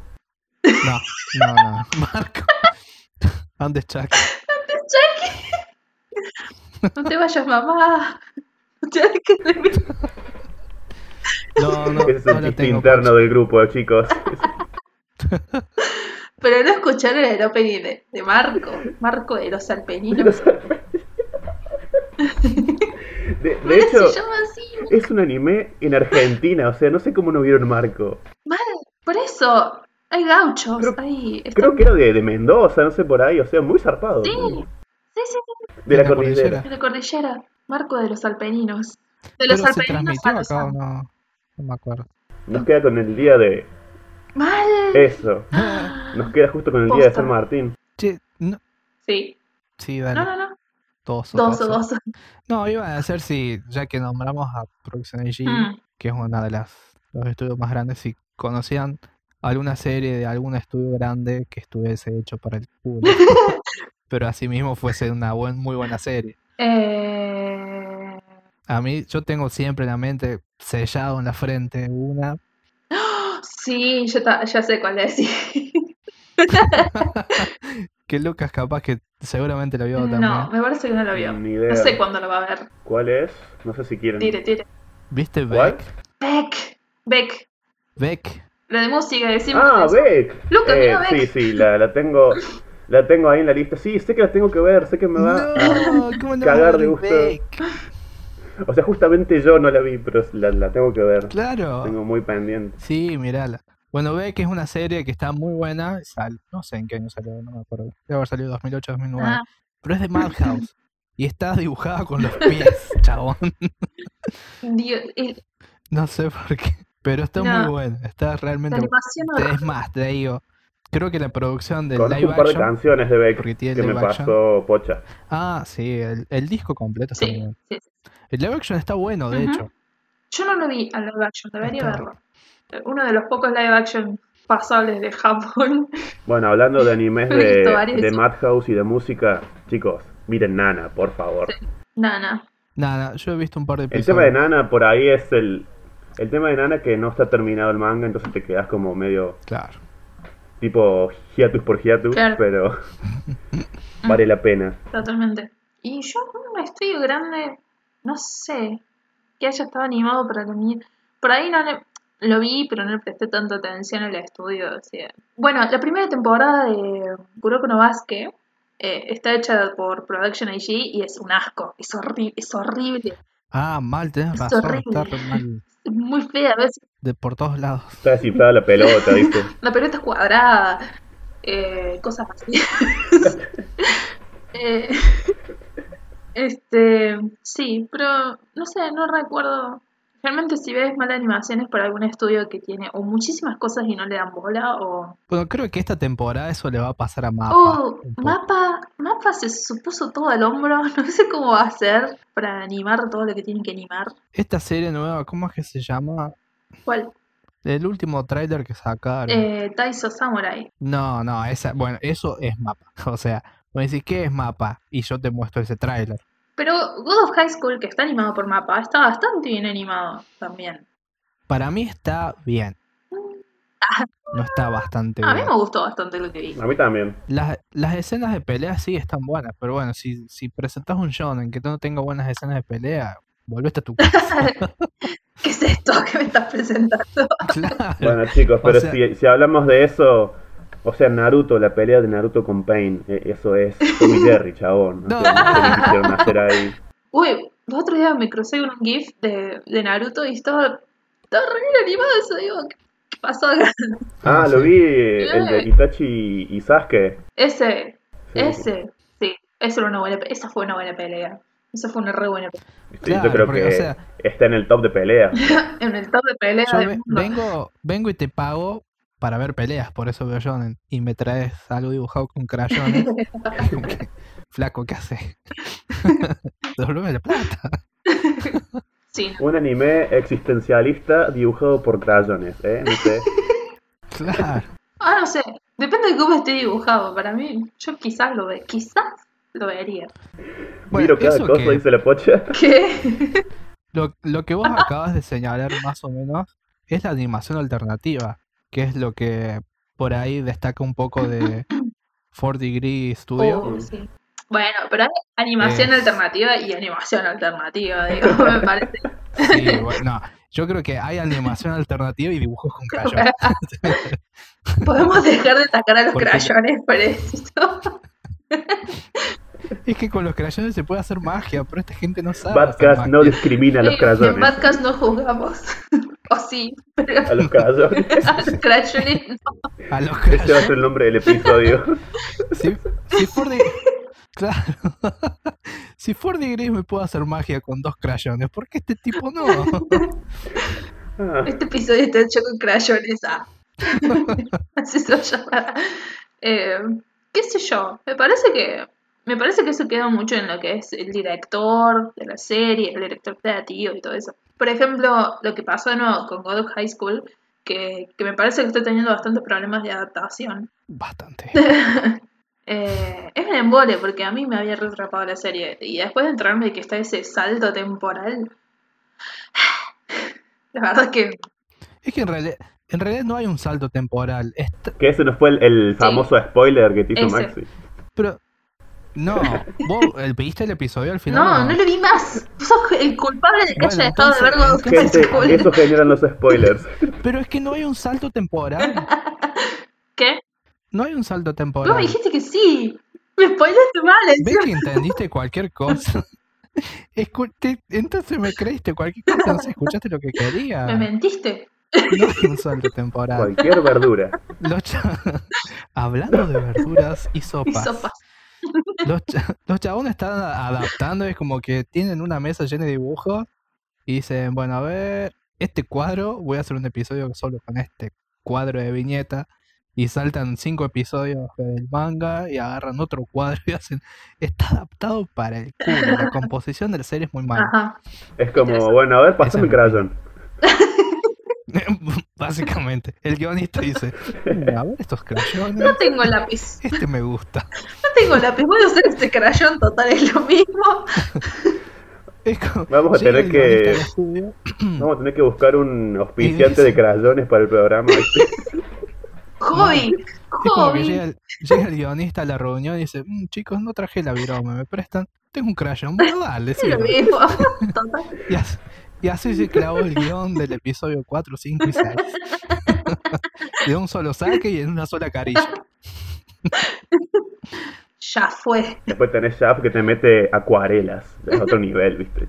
Speaker 2: No, no, no.
Speaker 3: [LAUGHS]
Speaker 2: Marco. Antes Chuck.
Speaker 3: No te vayas, mamá. [LAUGHS] No te dejes de mí.
Speaker 2: No, no,
Speaker 1: Ese es
Speaker 2: no
Speaker 1: el
Speaker 2: la
Speaker 1: [LAUGHS] chiste
Speaker 2: tengo.
Speaker 3: [LAUGHS]
Speaker 1: interno del grupo, chicos.
Speaker 3: Pero Pero no escucharon el opening de, de Marco, Marco de los Alpeninos.
Speaker 1: Los arpentinos. [LAUGHS] De, de
Speaker 3: Mira,
Speaker 1: hecho,
Speaker 3: se llama así.
Speaker 1: es un anime en Argentina, o sea, no sé cómo no vieron Marco.
Speaker 3: Mal, por eso. Hay gauchos,
Speaker 1: Creo-
Speaker 3: hay. están-
Speaker 1: Creo que era de, de Mendoza, no sé por ahí, o sea, muy zarpado.
Speaker 3: Sí, sí, sí, sí,
Speaker 1: De la, cordillera.
Speaker 2: De la cordillera.
Speaker 3: de la cordillera. Marco de los Alpeninos. De
Speaker 2: Pero
Speaker 3: los
Speaker 2: se
Speaker 3: Alpeninos a
Speaker 2: transmitió
Speaker 3: los
Speaker 2: acá o
Speaker 3: Andes.
Speaker 2: no. No me acuerdo. [GASPS]
Speaker 1: Nos queda con el día de
Speaker 3: Mal.
Speaker 1: eso. Nos queda justo con el día de San Martín.
Speaker 2: Che, no-
Speaker 3: Sí.
Speaker 2: sí,
Speaker 3: No,
Speaker 2: dale.
Speaker 3: no, no.
Speaker 2: Dos o
Speaker 3: Ah, Dos o dos.
Speaker 2: No, iba a hacer si, ya que nombramos a Production IG,
Speaker 3: Mm.
Speaker 2: que es una de las los estudios más grandes, si conocían alguna serie de algún estudio grande que estuviese hecho para el público. Pero asimismo fuese una buen, muy buena serie.
Speaker 3: Eh...
Speaker 2: A mí, yo tengo siempre en la mente sellado en la frente una.
Speaker 3: Sí, yo ta- ya sé cuál es.
Speaker 2: Que Lucas capaz que seguramente la vio también.
Speaker 3: [LAUGHS] no, me parece que no lo vio.
Speaker 1: Ni
Speaker 3: No
Speaker 1: idea.
Speaker 3: sé cuándo lo va a ver.
Speaker 1: ¿Cuál es? No sé si quieren.
Speaker 3: Tire, tire.
Speaker 2: ¿Viste
Speaker 1: ¿Cuál?
Speaker 2: Beck?
Speaker 3: Beck. Beck.
Speaker 2: Beck.
Speaker 3: Lo de música, decimos.
Speaker 1: Ah, Beck.
Speaker 3: Luca,
Speaker 1: Eh,
Speaker 3: mira, Beck.
Speaker 1: Sí, sí, la, la tengo. La tengo ahí en la lista. Sí, sé que la tengo que ver, sé que me va. a-
Speaker 2: No, ¿cómo no
Speaker 1: cagar
Speaker 2: va a ver
Speaker 1: de gusto.
Speaker 2: Beck?
Speaker 1: O sea, justamente yo no la vi, pero la, la tengo que ver.
Speaker 2: Claro.
Speaker 1: Tengo muy pendiente.
Speaker 2: Sí, mirala. Bueno, ve que es una serie que está muy buena. sal- no sé en qué año salió, no me acuerdo. Debe haber salido 2008, 2009.
Speaker 3: Ah,
Speaker 2: Pero es de Madhouse.
Speaker 3: [LAUGHS]
Speaker 2: Y está dibujada con los pies, chabón.
Speaker 3: Dios, el-
Speaker 2: No sé por qué. Pero está muy
Speaker 3: No.
Speaker 2: buena. Está realmente
Speaker 3: la
Speaker 2: buena.
Speaker 3: animación
Speaker 2: Es más, te digo. Creo que la producción del
Speaker 1: Conozco
Speaker 2: live
Speaker 1: un par de
Speaker 2: action.
Speaker 1: canciones de Beck
Speaker 2: Porque tiene
Speaker 1: que me
Speaker 2: live action.
Speaker 1: pasó Pocha.
Speaker 2: Ah, sí, el, el disco completo está muy
Speaker 3: Sí,
Speaker 2: bueno.
Speaker 3: sí.
Speaker 2: El live action está bueno, de
Speaker 3: Ujú.
Speaker 2: hecho.
Speaker 3: Yo no lo vi al live action, debería
Speaker 2: Está
Speaker 3: verlo. Uno de los pocos live action pasables de Japón. [LAUGHS]
Speaker 1: Bueno, hablando de animes
Speaker 3: He visto
Speaker 1: de,
Speaker 3: varios.
Speaker 1: de Madhouse y de música, chicos, miren Nana, por favor.
Speaker 3: Nana.
Speaker 2: Nada, yo he visto un par de
Speaker 1: El tema de
Speaker 2: episodios.
Speaker 1: Nana por ahí es el. El tema de Nana que no está terminado el manga, entonces te quedas como medio
Speaker 2: Claro.
Speaker 1: tipo hiatus por hiatus,
Speaker 3: Claro.
Speaker 2: [LAUGHS]
Speaker 1: pero vale la pena.
Speaker 3: Totalmente. Y yo un estudio grande, no sé, que haya estado animado para mí. Por ahí no le- lo vi, pero no le presté tanta atención al estudio. o sea. Bueno, la primera temporada de Kuroko no Basque eh, está hecha por Production IG y es un asco. Es, horrible es horrible.
Speaker 2: Ah, mal, tenés
Speaker 3: Es
Speaker 2: razón.
Speaker 3: horrible.
Speaker 2: Está re mal.
Speaker 3: Es muy fea a veces.
Speaker 2: De por todos lados.
Speaker 1: Está desinflada la pelota, ¿viste?
Speaker 3: La pelota es cuadrada. eh, cosas así. [LAUGHS] Eh, este, sí, pero no sé, no recuerdo. Realmente si ves mala animación es por algún estudio que tiene o muchísimas cosas y no le dan bola o...
Speaker 2: Bueno, creo que esta temporada eso le va a pasar a Mapa.
Speaker 3: Oh,
Speaker 2: un poco.
Speaker 3: mapa, mapa se supuso todo al hombro, [LAUGHS] no sé cómo va a hacer para animar todo lo que tiene que animar.
Speaker 2: Esta serie nueva, ¿cómo es que se llama?
Speaker 3: ¿Cuál?
Speaker 2: El último tráiler que sacaron.
Speaker 3: Eh, Taiso Samurai.
Speaker 2: No, no, esa, bueno, eso es Mapa. [LAUGHS] O sea, vos decís, ¿qué es Mapa? Y yo te muestro ese tráiler.
Speaker 3: Pero God of High School, que está animado por mapa, está bastante bien animado también.
Speaker 2: Para mí está bien. No está bastante
Speaker 3: Ah. A mí
Speaker 2: bien.
Speaker 3: me gustó bastante lo que vi.
Speaker 1: A mí también.
Speaker 2: Las, las escenas de pelea sí están buenas, pero bueno, si, si presentas un shonen que no tenga buenas escenas de pelea, volvete a tu
Speaker 3: [LAUGHS]
Speaker 2: casa. [LAUGHS]
Speaker 3: ¿Qué es esto [LAUGHS] que me estás presentando?
Speaker 2: claro. [LAUGHS]
Speaker 1: Bueno, chicos,
Speaker 2: O
Speaker 1: pero
Speaker 2: sea-
Speaker 1: si, si hablamos de eso, o sea, Naruto, la pelea de Naruto con Pain, eh, eso es Tom y Jerry, chabón. O
Speaker 2: No.
Speaker 1: sea, No. sé qué quisieron hacer
Speaker 2: [LAUGHS]
Speaker 1: ahí.
Speaker 3: Uy, los otros días me crucé con un GIF de, de Naruto y estaba, estaba re bien animado eso. Digo, ¿qué qué pasó acá?
Speaker 1: Ah, lo
Speaker 2: sí.
Speaker 1: vi, eh, el de Itachi y, y Sasuke.
Speaker 3: Ese,
Speaker 1: Sí.
Speaker 3: ese, sí. Esa, era una buena, pe- esa fue una buena pelea. Esa fue una re buena pelea.
Speaker 1: Sí,
Speaker 2: Claro,
Speaker 1: yo creo
Speaker 2: porque,
Speaker 1: que
Speaker 2: o sea-
Speaker 1: está en el top de peleas.
Speaker 3: En el top de peleas
Speaker 2: Yo
Speaker 3: del
Speaker 2: ve-
Speaker 3: mundo.
Speaker 2: vengo, vengo y te pago para ver peleas, por eso veo shonen. Y me traes algo dibujado con crayones.
Speaker 3: [LAUGHS]
Speaker 2: [LAUGHS] Es como que, Flaco, ¿qué hace? [LAUGHS] Devuelve la plata.
Speaker 3: Sí,
Speaker 1: Un anime existencialista dibujado por crayones, ¿eh? No
Speaker 2: [LAUGHS]
Speaker 1: sé.
Speaker 2: Claro.
Speaker 3: ah, no sé. Depende de cómo esté dibujado. Para mí, yo quizás lo ve, quizás lo vería. [LAUGHS]
Speaker 1: Miro cada
Speaker 2: eso
Speaker 1: cosa,
Speaker 2: que-
Speaker 1: dice la pocha.
Speaker 3: ¿Qué?
Speaker 2: lo, lo que vos acabas de señalar, más o menos, es la animación alternativa, que es lo que por ahí destaca un poco de 4 Degree Studio.
Speaker 3: Oh, sí. Bueno, pero hay animación
Speaker 2: Eh.
Speaker 3: alternativa y animación alternativa, digo, [LAUGHS] me parece.
Speaker 2: Sí, bueno, no, Yo creo que hay animación alternativa y dibujos
Speaker 3: [LAUGHS]
Speaker 2: con crayones.
Speaker 3: Podemos dejar de sacar a los
Speaker 2: Porque-
Speaker 3: crayones por esto.
Speaker 2: es que con los crayones se puede hacer magia, pero esta gente no sabe. hacer
Speaker 1: Badcast
Speaker 2: magia.
Speaker 1: no discrimina a los
Speaker 3: Sí, en
Speaker 1: crayones.
Speaker 3: podcast no juzgamos. [LAUGHS] o sí, pero
Speaker 1: A los crayones.
Speaker 3: a los crayones no.
Speaker 2: A los
Speaker 1: Ese va a
Speaker 2: crayones.
Speaker 1: ser el nombre del episodio.
Speaker 2: [LAUGHS]
Speaker 3: [LAUGHS]
Speaker 2: Si, si Ford y- Claro. [LAUGHS] si Ford y Gris me puede hacer magia con dos crayones, ¿por qué este tipo
Speaker 3: [LAUGHS]
Speaker 2: no?
Speaker 1: Ah,
Speaker 3: Este episodio está hecho con crayones. ah. [LAUGHS] Así se va a llamar. Eh, ¿Qué sé yo? Me parece que. Me parece que eso queda mucho en lo que es el director de la serie, el director creativo y todo eso. Por ejemplo, lo que pasó de nuevo con God of High School, que, que me parece que está teniendo bastantes problemas de adaptación.
Speaker 2: Bastante.
Speaker 3: Eh, es un embole porque a mí me había retrapado la serie y después de enterarme de que está ese salto temporal, [SIGHS] la verdad es que
Speaker 2: Es que en realidad, en realidad no hay un salto temporal. Est-
Speaker 1: que ese no fue el, el famoso spoiler que te hizo
Speaker 3: Ese.
Speaker 1: Maxi.
Speaker 2: pero. No, vos eh, viste el episodio al final.
Speaker 3: no, no lo vi más. Sos el culpable de que
Speaker 2: Bueno,
Speaker 3: haya dejado de ver
Speaker 2: entonces-
Speaker 3: God of High
Speaker 1: Gente,
Speaker 3: School.
Speaker 1: eso generan los [LAUGHS] spoilers.
Speaker 2: Pero es que no hay un salto temporal.
Speaker 3: ¿Qué?
Speaker 2: No hay un salto
Speaker 3: [LAUGHS] Vos
Speaker 2: temporal.
Speaker 3: me dijiste que sí. Me spoilaste mal. eh.
Speaker 2: ¿Ves
Speaker 3: encima.
Speaker 2: que entendiste cualquier cosa? [LAUGHS] Escu- te- entonces me creíste cualquier cosa, entonces escuchaste lo que quería.
Speaker 3: Me mentiste.
Speaker 2: No hay un salto temporal.
Speaker 1: Cualquier verdura.
Speaker 2: Los cha- [LAUGHS] Hablando de verduras y
Speaker 3: [LAUGHS] Y
Speaker 2: sopas,
Speaker 3: sopas.
Speaker 2: Los, cha- [LAUGHS] los chabones están a- adaptando, es como que tienen una mesa llena de dibujos y dicen, bueno, a ver, este cuadro, voy a hacer un episodio solo con este cuadro de viñeta. Y saltan cinco episodios del manga y agarran otro cuadro y hacen, está adaptado para el culo, la composición de la serie es muy mala.
Speaker 3: Ajá.
Speaker 1: Es como,
Speaker 3: Interesante.
Speaker 1: bueno, a ver, pasame el
Speaker 2: Esa es mi
Speaker 1: crayón.
Speaker 2: [LAUGHS] Básicamente, el guionista dice, "Mm, a ver estos crayones,
Speaker 3: No tengo lápiz.
Speaker 2: este me gusta.
Speaker 3: No tengo lápiz. Voy a usar este crayón total, es lo mismo.
Speaker 2: Es como-
Speaker 1: Vamos a
Speaker 2: llega
Speaker 1: tener
Speaker 2: el
Speaker 1: que-
Speaker 2: guionista al estudio,
Speaker 1: Vamos a tener que buscar un auspiciante
Speaker 2: dice-
Speaker 1: de crayones para el programa.
Speaker 3: [LAUGHS] Hobby.
Speaker 2: Es como que
Speaker 3: Hobby.
Speaker 2: llega el, [LAUGHS] llega el guionista a la reunión y dice, "Mm, chicos, no traje la viroma, me prestan, tengo un crayón, bueno, dale,
Speaker 3: Es lo
Speaker 2: sirve".
Speaker 3: mismo. [LAUGHS] Total.
Speaker 2: Y así, y así se clavó el guión del episodio 4, 5 y 6. [LAUGHS] De un solo saque y en una sola carilla.
Speaker 3: Ya fue.
Speaker 1: Después tenés Shaft que te mete acuarelas. Es otro nivel, ¿viste?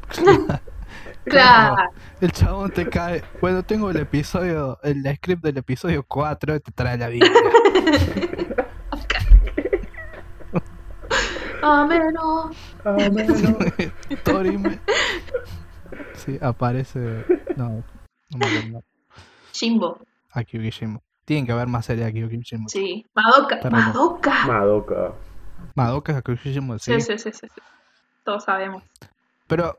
Speaker 3: Claro.
Speaker 2: El chabón te cae. Bueno, tengo el episodio, el script del episodio 4 y te trae la Biblia. [LAUGHS]
Speaker 3: Ameno.
Speaker 1: Ah, bueno.
Speaker 2: Torime. Sí, aparece. No, no me acuerdo.
Speaker 3: Jimbo.
Speaker 2: Akio Guillermo. Tienen que haber más series de Akio Guillermo.
Speaker 3: Sí. Madoka.
Speaker 2: Está raro.
Speaker 3: Madoka.
Speaker 1: Madoka.
Speaker 2: Madoka es Akio Guillermo, sí.
Speaker 3: Sí, sí, sí, sí. sí. Todos sabemos.
Speaker 2: Pero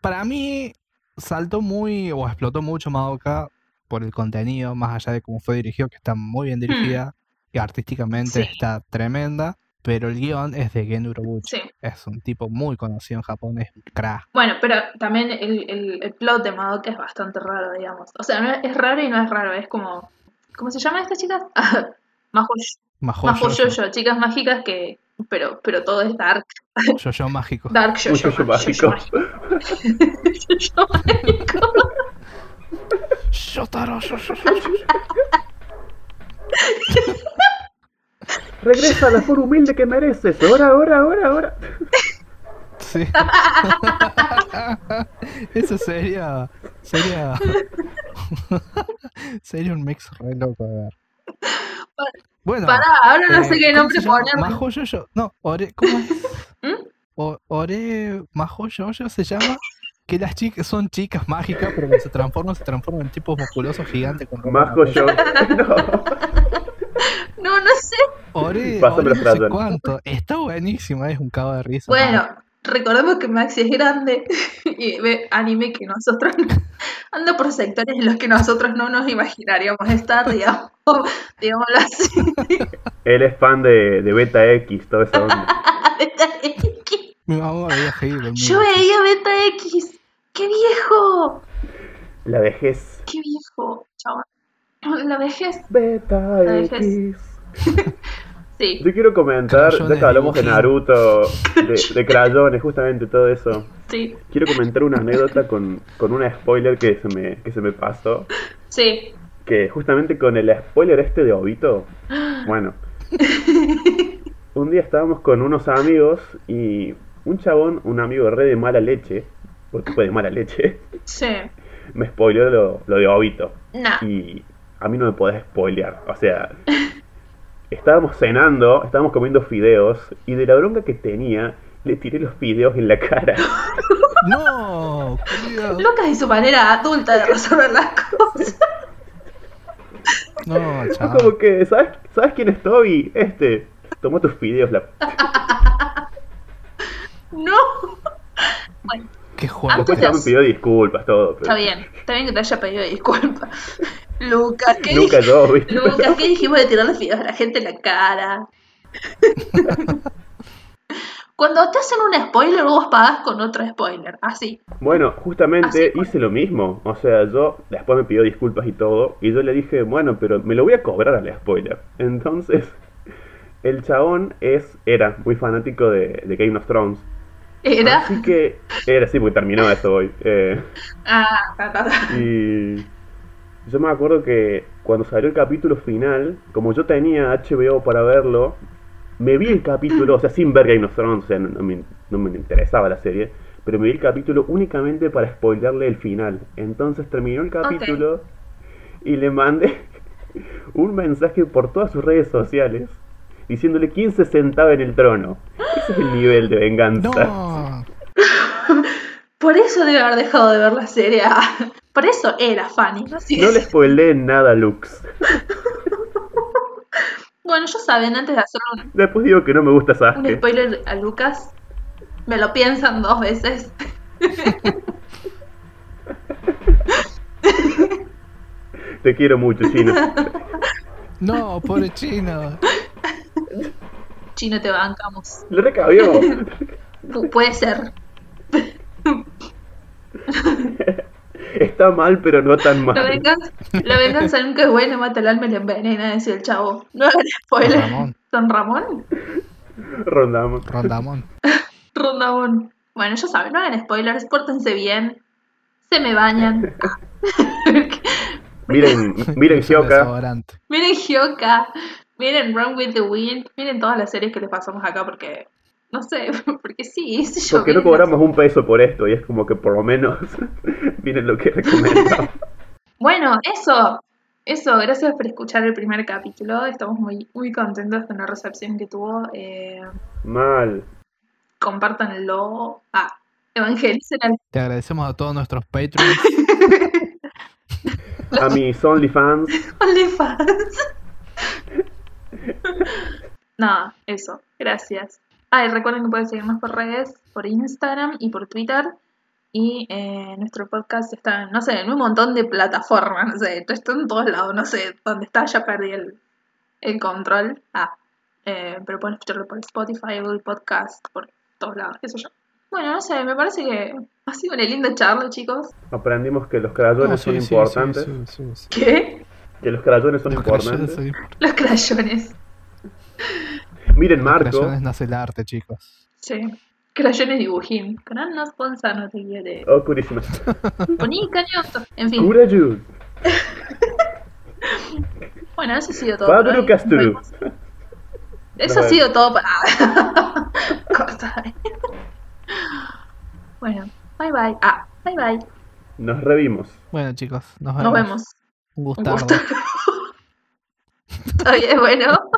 Speaker 2: para mí saltó muy o explotó mucho Madoka por el contenido, más allá de cómo fue dirigido, que está muy bien dirigida y artísticamente
Speaker 3: Sí.
Speaker 2: está tremenda. Pero el guión es de Gen Urobuchi.
Speaker 3: Sí.
Speaker 2: Es un tipo muy conocido en Japón, es un crack.
Speaker 3: Bueno, pero también el, el- el plot de Madoka es bastante raro, digamos. O sea, no es- es raro y no es raro, es como... ¿Cómo se llama esta chica? [LAUGHS] Majo
Speaker 2: Majo
Speaker 3: Majo
Speaker 2: Jojo,
Speaker 3: Yoyo, chicas mágicas que... Pero, pero todo es dark.
Speaker 2: Jojo mágico.
Speaker 3: Dark Yoyo.
Speaker 1: Un yoyo mágico.
Speaker 3: [LAUGHS] Yoyo mágico.
Speaker 2: Shotaro, Jojo.
Speaker 1: Regresa a la forma humilde que mereces. Ahora, ahora, ahora, ahora.
Speaker 2: Sí. [LAUGHS] Eso sería. Sería. [LAUGHS] sería un mix re loco, a ver. Bueno.
Speaker 3: Pará, ahora no
Speaker 2: eh,
Speaker 3: sé qué
Speaker 2: ¿cómo
Speaker 3: nombre
Speaker 2: se llama?
Speaker 3: ponerle.
Speaker 2: Majo Yoyo. No, Ore. ¿Cómo es?
Speaker 3: ¿Mm?
Speaker 2: O- ore. Majo Yoyo se llama. Que las chicas son chicas mágicas, pero cuando se transforman, se transforman en tipos musculosos gigantes con ropa
Speaker 1: Majo
Speaker 2: maravillosa.
Speaker 1: yo. [LAUGHS] No.
Speaker 3: No, no sé.
Speaker 2: Ore,
Speaker 1: Pásame
Speaker 2: ore
Speaker 1: los
Speaker 2: no sé
Speaker 1: crayones.
Speaker 2: cuánto. Está buenísima, es un cabo de risa. Ah,
Speaker 3: Bueno, recordemos que Maxi es grande [LAUGHS] y ve anime que nosotros anda por sectores en los que nosotros no nos imaginaríamos estar, digamos, [LAUGHS] digámoslo así.
Speaker 1: Él es fan de, de Beta X, toda esa onda.
Speaker 3: Beta X.
Speaker 2: Mi mamá había reído conmigo.
Speaker 3: Yo veía Beta X. ¡Qué viejo!
Speaker 1: La vejez.
Speaker 3: ¡Qué viejo! Chabón. La vejez.
Speaker 1: Beta
Speaker 3: La vejez.
Speaker 1: X.
Speaker 3: Sí.
Speaker 1: Yo quiero comentar, ya
Speaker 2: Crayones
Speaker 1: que hablamos de
Speaker 2: dibujín.
Speaker 1: Naruto, de, de crayones, justamente todo eso.
Speaker 3: Sí.
Speaker 1: Quiero comentar una anécdota con, con un spoiler que se, me, que se me pasó.
Speaker 3: Sí.
Speaker 1: Que justamente con el spoiler este de Obito. Bueno. Un día estábamos con unos amigos y un chabón, un amigo re de mala leche, porque fue de mala leche, [LAUGHS]
Speaker 3: Sí.
Speaker 1: me spoileó lo, lo de Obito.
Speaker 3: Nah.
Speaker 1: y a mí no me podés spoilear. O sea, estábamos cenando, estábamos comiendo fideos y de la bronca que tenía, le tiré los fideos en la cara.
Speaker 2: No, culiao.
Speaker 3: Lucas y su manera adulta de resolver las cosas.
Speaker 2: no,
Speaker 1: Fue
Speaker 2: chao.
Speaker 1: [LAUGHS] como que, ¿sabes, ¿sabes quién es Toby? Este. Tomó tus fideos. La...
Speaker 3: No. Bueno,
Speaker 2: Qué
Speaker 1: Después
Speaker 2: fuerte.
Speaker 1: ya me pidió disculpas, todo. Pero...
Speaker 3: Ah, está bien. Está bien que te haya pedido disculpas. Lucas,
Speaker 1: [LAUGHS]
Speaker 3: ¿qué
Speaker 1: Nunca
Speaker 3: dij-
Speaker 1: yo, ¿viste?
Speaker 3: Lucas, ¿qué dijimos de tirarle fideos a la gente en la cara? Cuando te hacen un spoiler, vos pagás con otro spoiler. Así.
Speaker 1: Bueno, justamente
Speaker 3: Así fue.
Speaker 1: hice lo mismo. O sea, yo después me pidió disculpas y todo. Y yo le dije, bueno, pero me lo voy a cobrar al spoiler. Entonces, el chabón es, era muy fanático de, de Game of Thrones.
Speaker 3: Era.
Speaker 1: Así que era así, porque terminó eso hoy. Eh,
Speaker 3: Ah, ta, ta, ta.
Speaker 1: y yo me acuerdo que cuando salió el capítulo final, como yo tenía HBO para verlo, me vi el capítulo, o sea, sin ver Game of Thrones, o sea, no, no me, no me interesaba la serie, pero me vi el capítulo únicamente para spoilearle el final. Entonces terminó el capítulo y le mandé un mensaje por todas sus redes sociales diciéndole quién se sentaba en el trono. Ese es el nivel de venganza.
Speaker 2: No,
Speaker 3: Por eso debe haber dejado de ver la serie. ah. Por eso era Fanny. No, Así
Speaker 1: No
Speaker 3: que-
Speaker 1: le spoileé nada, Lux.
Speaker 3: Bueno, ya saben, antes de hacer un,
Speaker 1: Después digo que no me gusta
Speaker 3: un
Speaker 1: Sasuke.
Speaker 3: spoiler a Lucas, me lo piensan dos veces.
Speaker 1: Te quiero mucho, Chino.
Speaker 2: no, pobre chino.
Speaker 3: Chino, te bancamos.
Speaker 1: Le recabió.
Speaker 3: Pu- puede ser.
Speaker 1: Está mal, pero no tan
Speaker 3: La
Speaker 1: mal.
Speaker 3: venganza, la venganza nunca es buena, mata el alma y la envenena, decía el chavo. No hagan spoiler.
Speaker 2: Don Ramón.
Speaker 3: Don Ramón.
Speaker 1: Rondamos.
Speaker 2: Rondamón.
Speaker 3: Rondamón. Bueno, ya saben, no hagan spoilers, pórtense bien. Se me bañan.
Speaker 1: [LAUGHS]
Speaker 3: Ah.
Speaker 1: Miren, miren
Speaker 2: Usa
Speaker 1: Shioka.
Speaker 2: desodorante.
Speaker 3: Miren Hyoka, miren Run with the Wind, miren todas las series que les pasamos acá porque, no sé, [LAUGHS] porque sí, qué sé yo.
Speaker 1: Porque no
Speaker 3: miren las-
Speaker 1: cobramos un peso por esto y es como que por lo menos [LAUGHS] miren lo que recomendamos.
Speaker 3: Bueno, eso, eso, gracias por escuchar el primer capítulo, estamos muy, muy contentos con la recepción que tuvo. Eh,
Speaker 1: Mal.
Speaker 3: compártanlo, ah, evangelicen al...
Speaker 2: Te agradecemos a todos nuestros patrons.
Speaker 1: A mis OnlyFans,
Speaker 3: OnlyFans. Nada, eso. Gracias. Ah, y recuerden que pueden seguirnos por redes, por Instagram y por Twitter. Y eh, nuestro podcast está, en, no sé, en un montón de plataformas, no sé, está en todos lados, no sé dónde está, ya perdí el, el control. Ah, eh, pero pueden escucharlo por Spotify, Google Podcast, por todos lados, qué sé yo. Bueno, no sé, me parece que ha sido una linda charla, chicos.
Speaker 1: aprendimos que los crayones
Speaker 2: No,
Speaker 1: son
Speaker 2: Ah, sí, sí,
Speaker 1: importantes.
Speaker 2: sí, sí, sí, sí.
Speaker 3: ¿Qué?
Speaker 1: Que los crayones son
Speaker 2: Los
Speaker 1: importantes.
Speaker 2: crayones son importantes.
Speaker 3: Los crayones.
Speaker 1: Miren
Speaker 2: Los
Speaker 1: Marco.
Speaker 2: crayones nace el arte, chicos.
Speaker 3: Sí. Crayones dibujín. Canal no sponsor, no te quiere.
Speaker 1: Oh, Kurishima.
Speaker 3: Poní cañoso. En fin.
Speaker 1: Kurayun.
Speaker 3: Bueno, eso ha sido todo.
Speaker 1: Pablo
Speaker 3: por hoy.
Speaker 1: Castro.
Speaker 3: Nos vemos. Eso
Speaker 1: Nos
Speaker 3: ha
Speaker 1: vemos.
Speaker 3: sido todo para. [LAUGHS] Corta. Bueno, bye bye. Ah, bye bye.
Speaker 1: Nos revimos.
Speaker 2: Bueno, chicos, nos vemos.
Speaker 3: Nos vemos.
Speaker 2: Un
Speaker 3: Un
Speaker 2: gustardo.
Speaker 3: gusto. Está bien, bueno.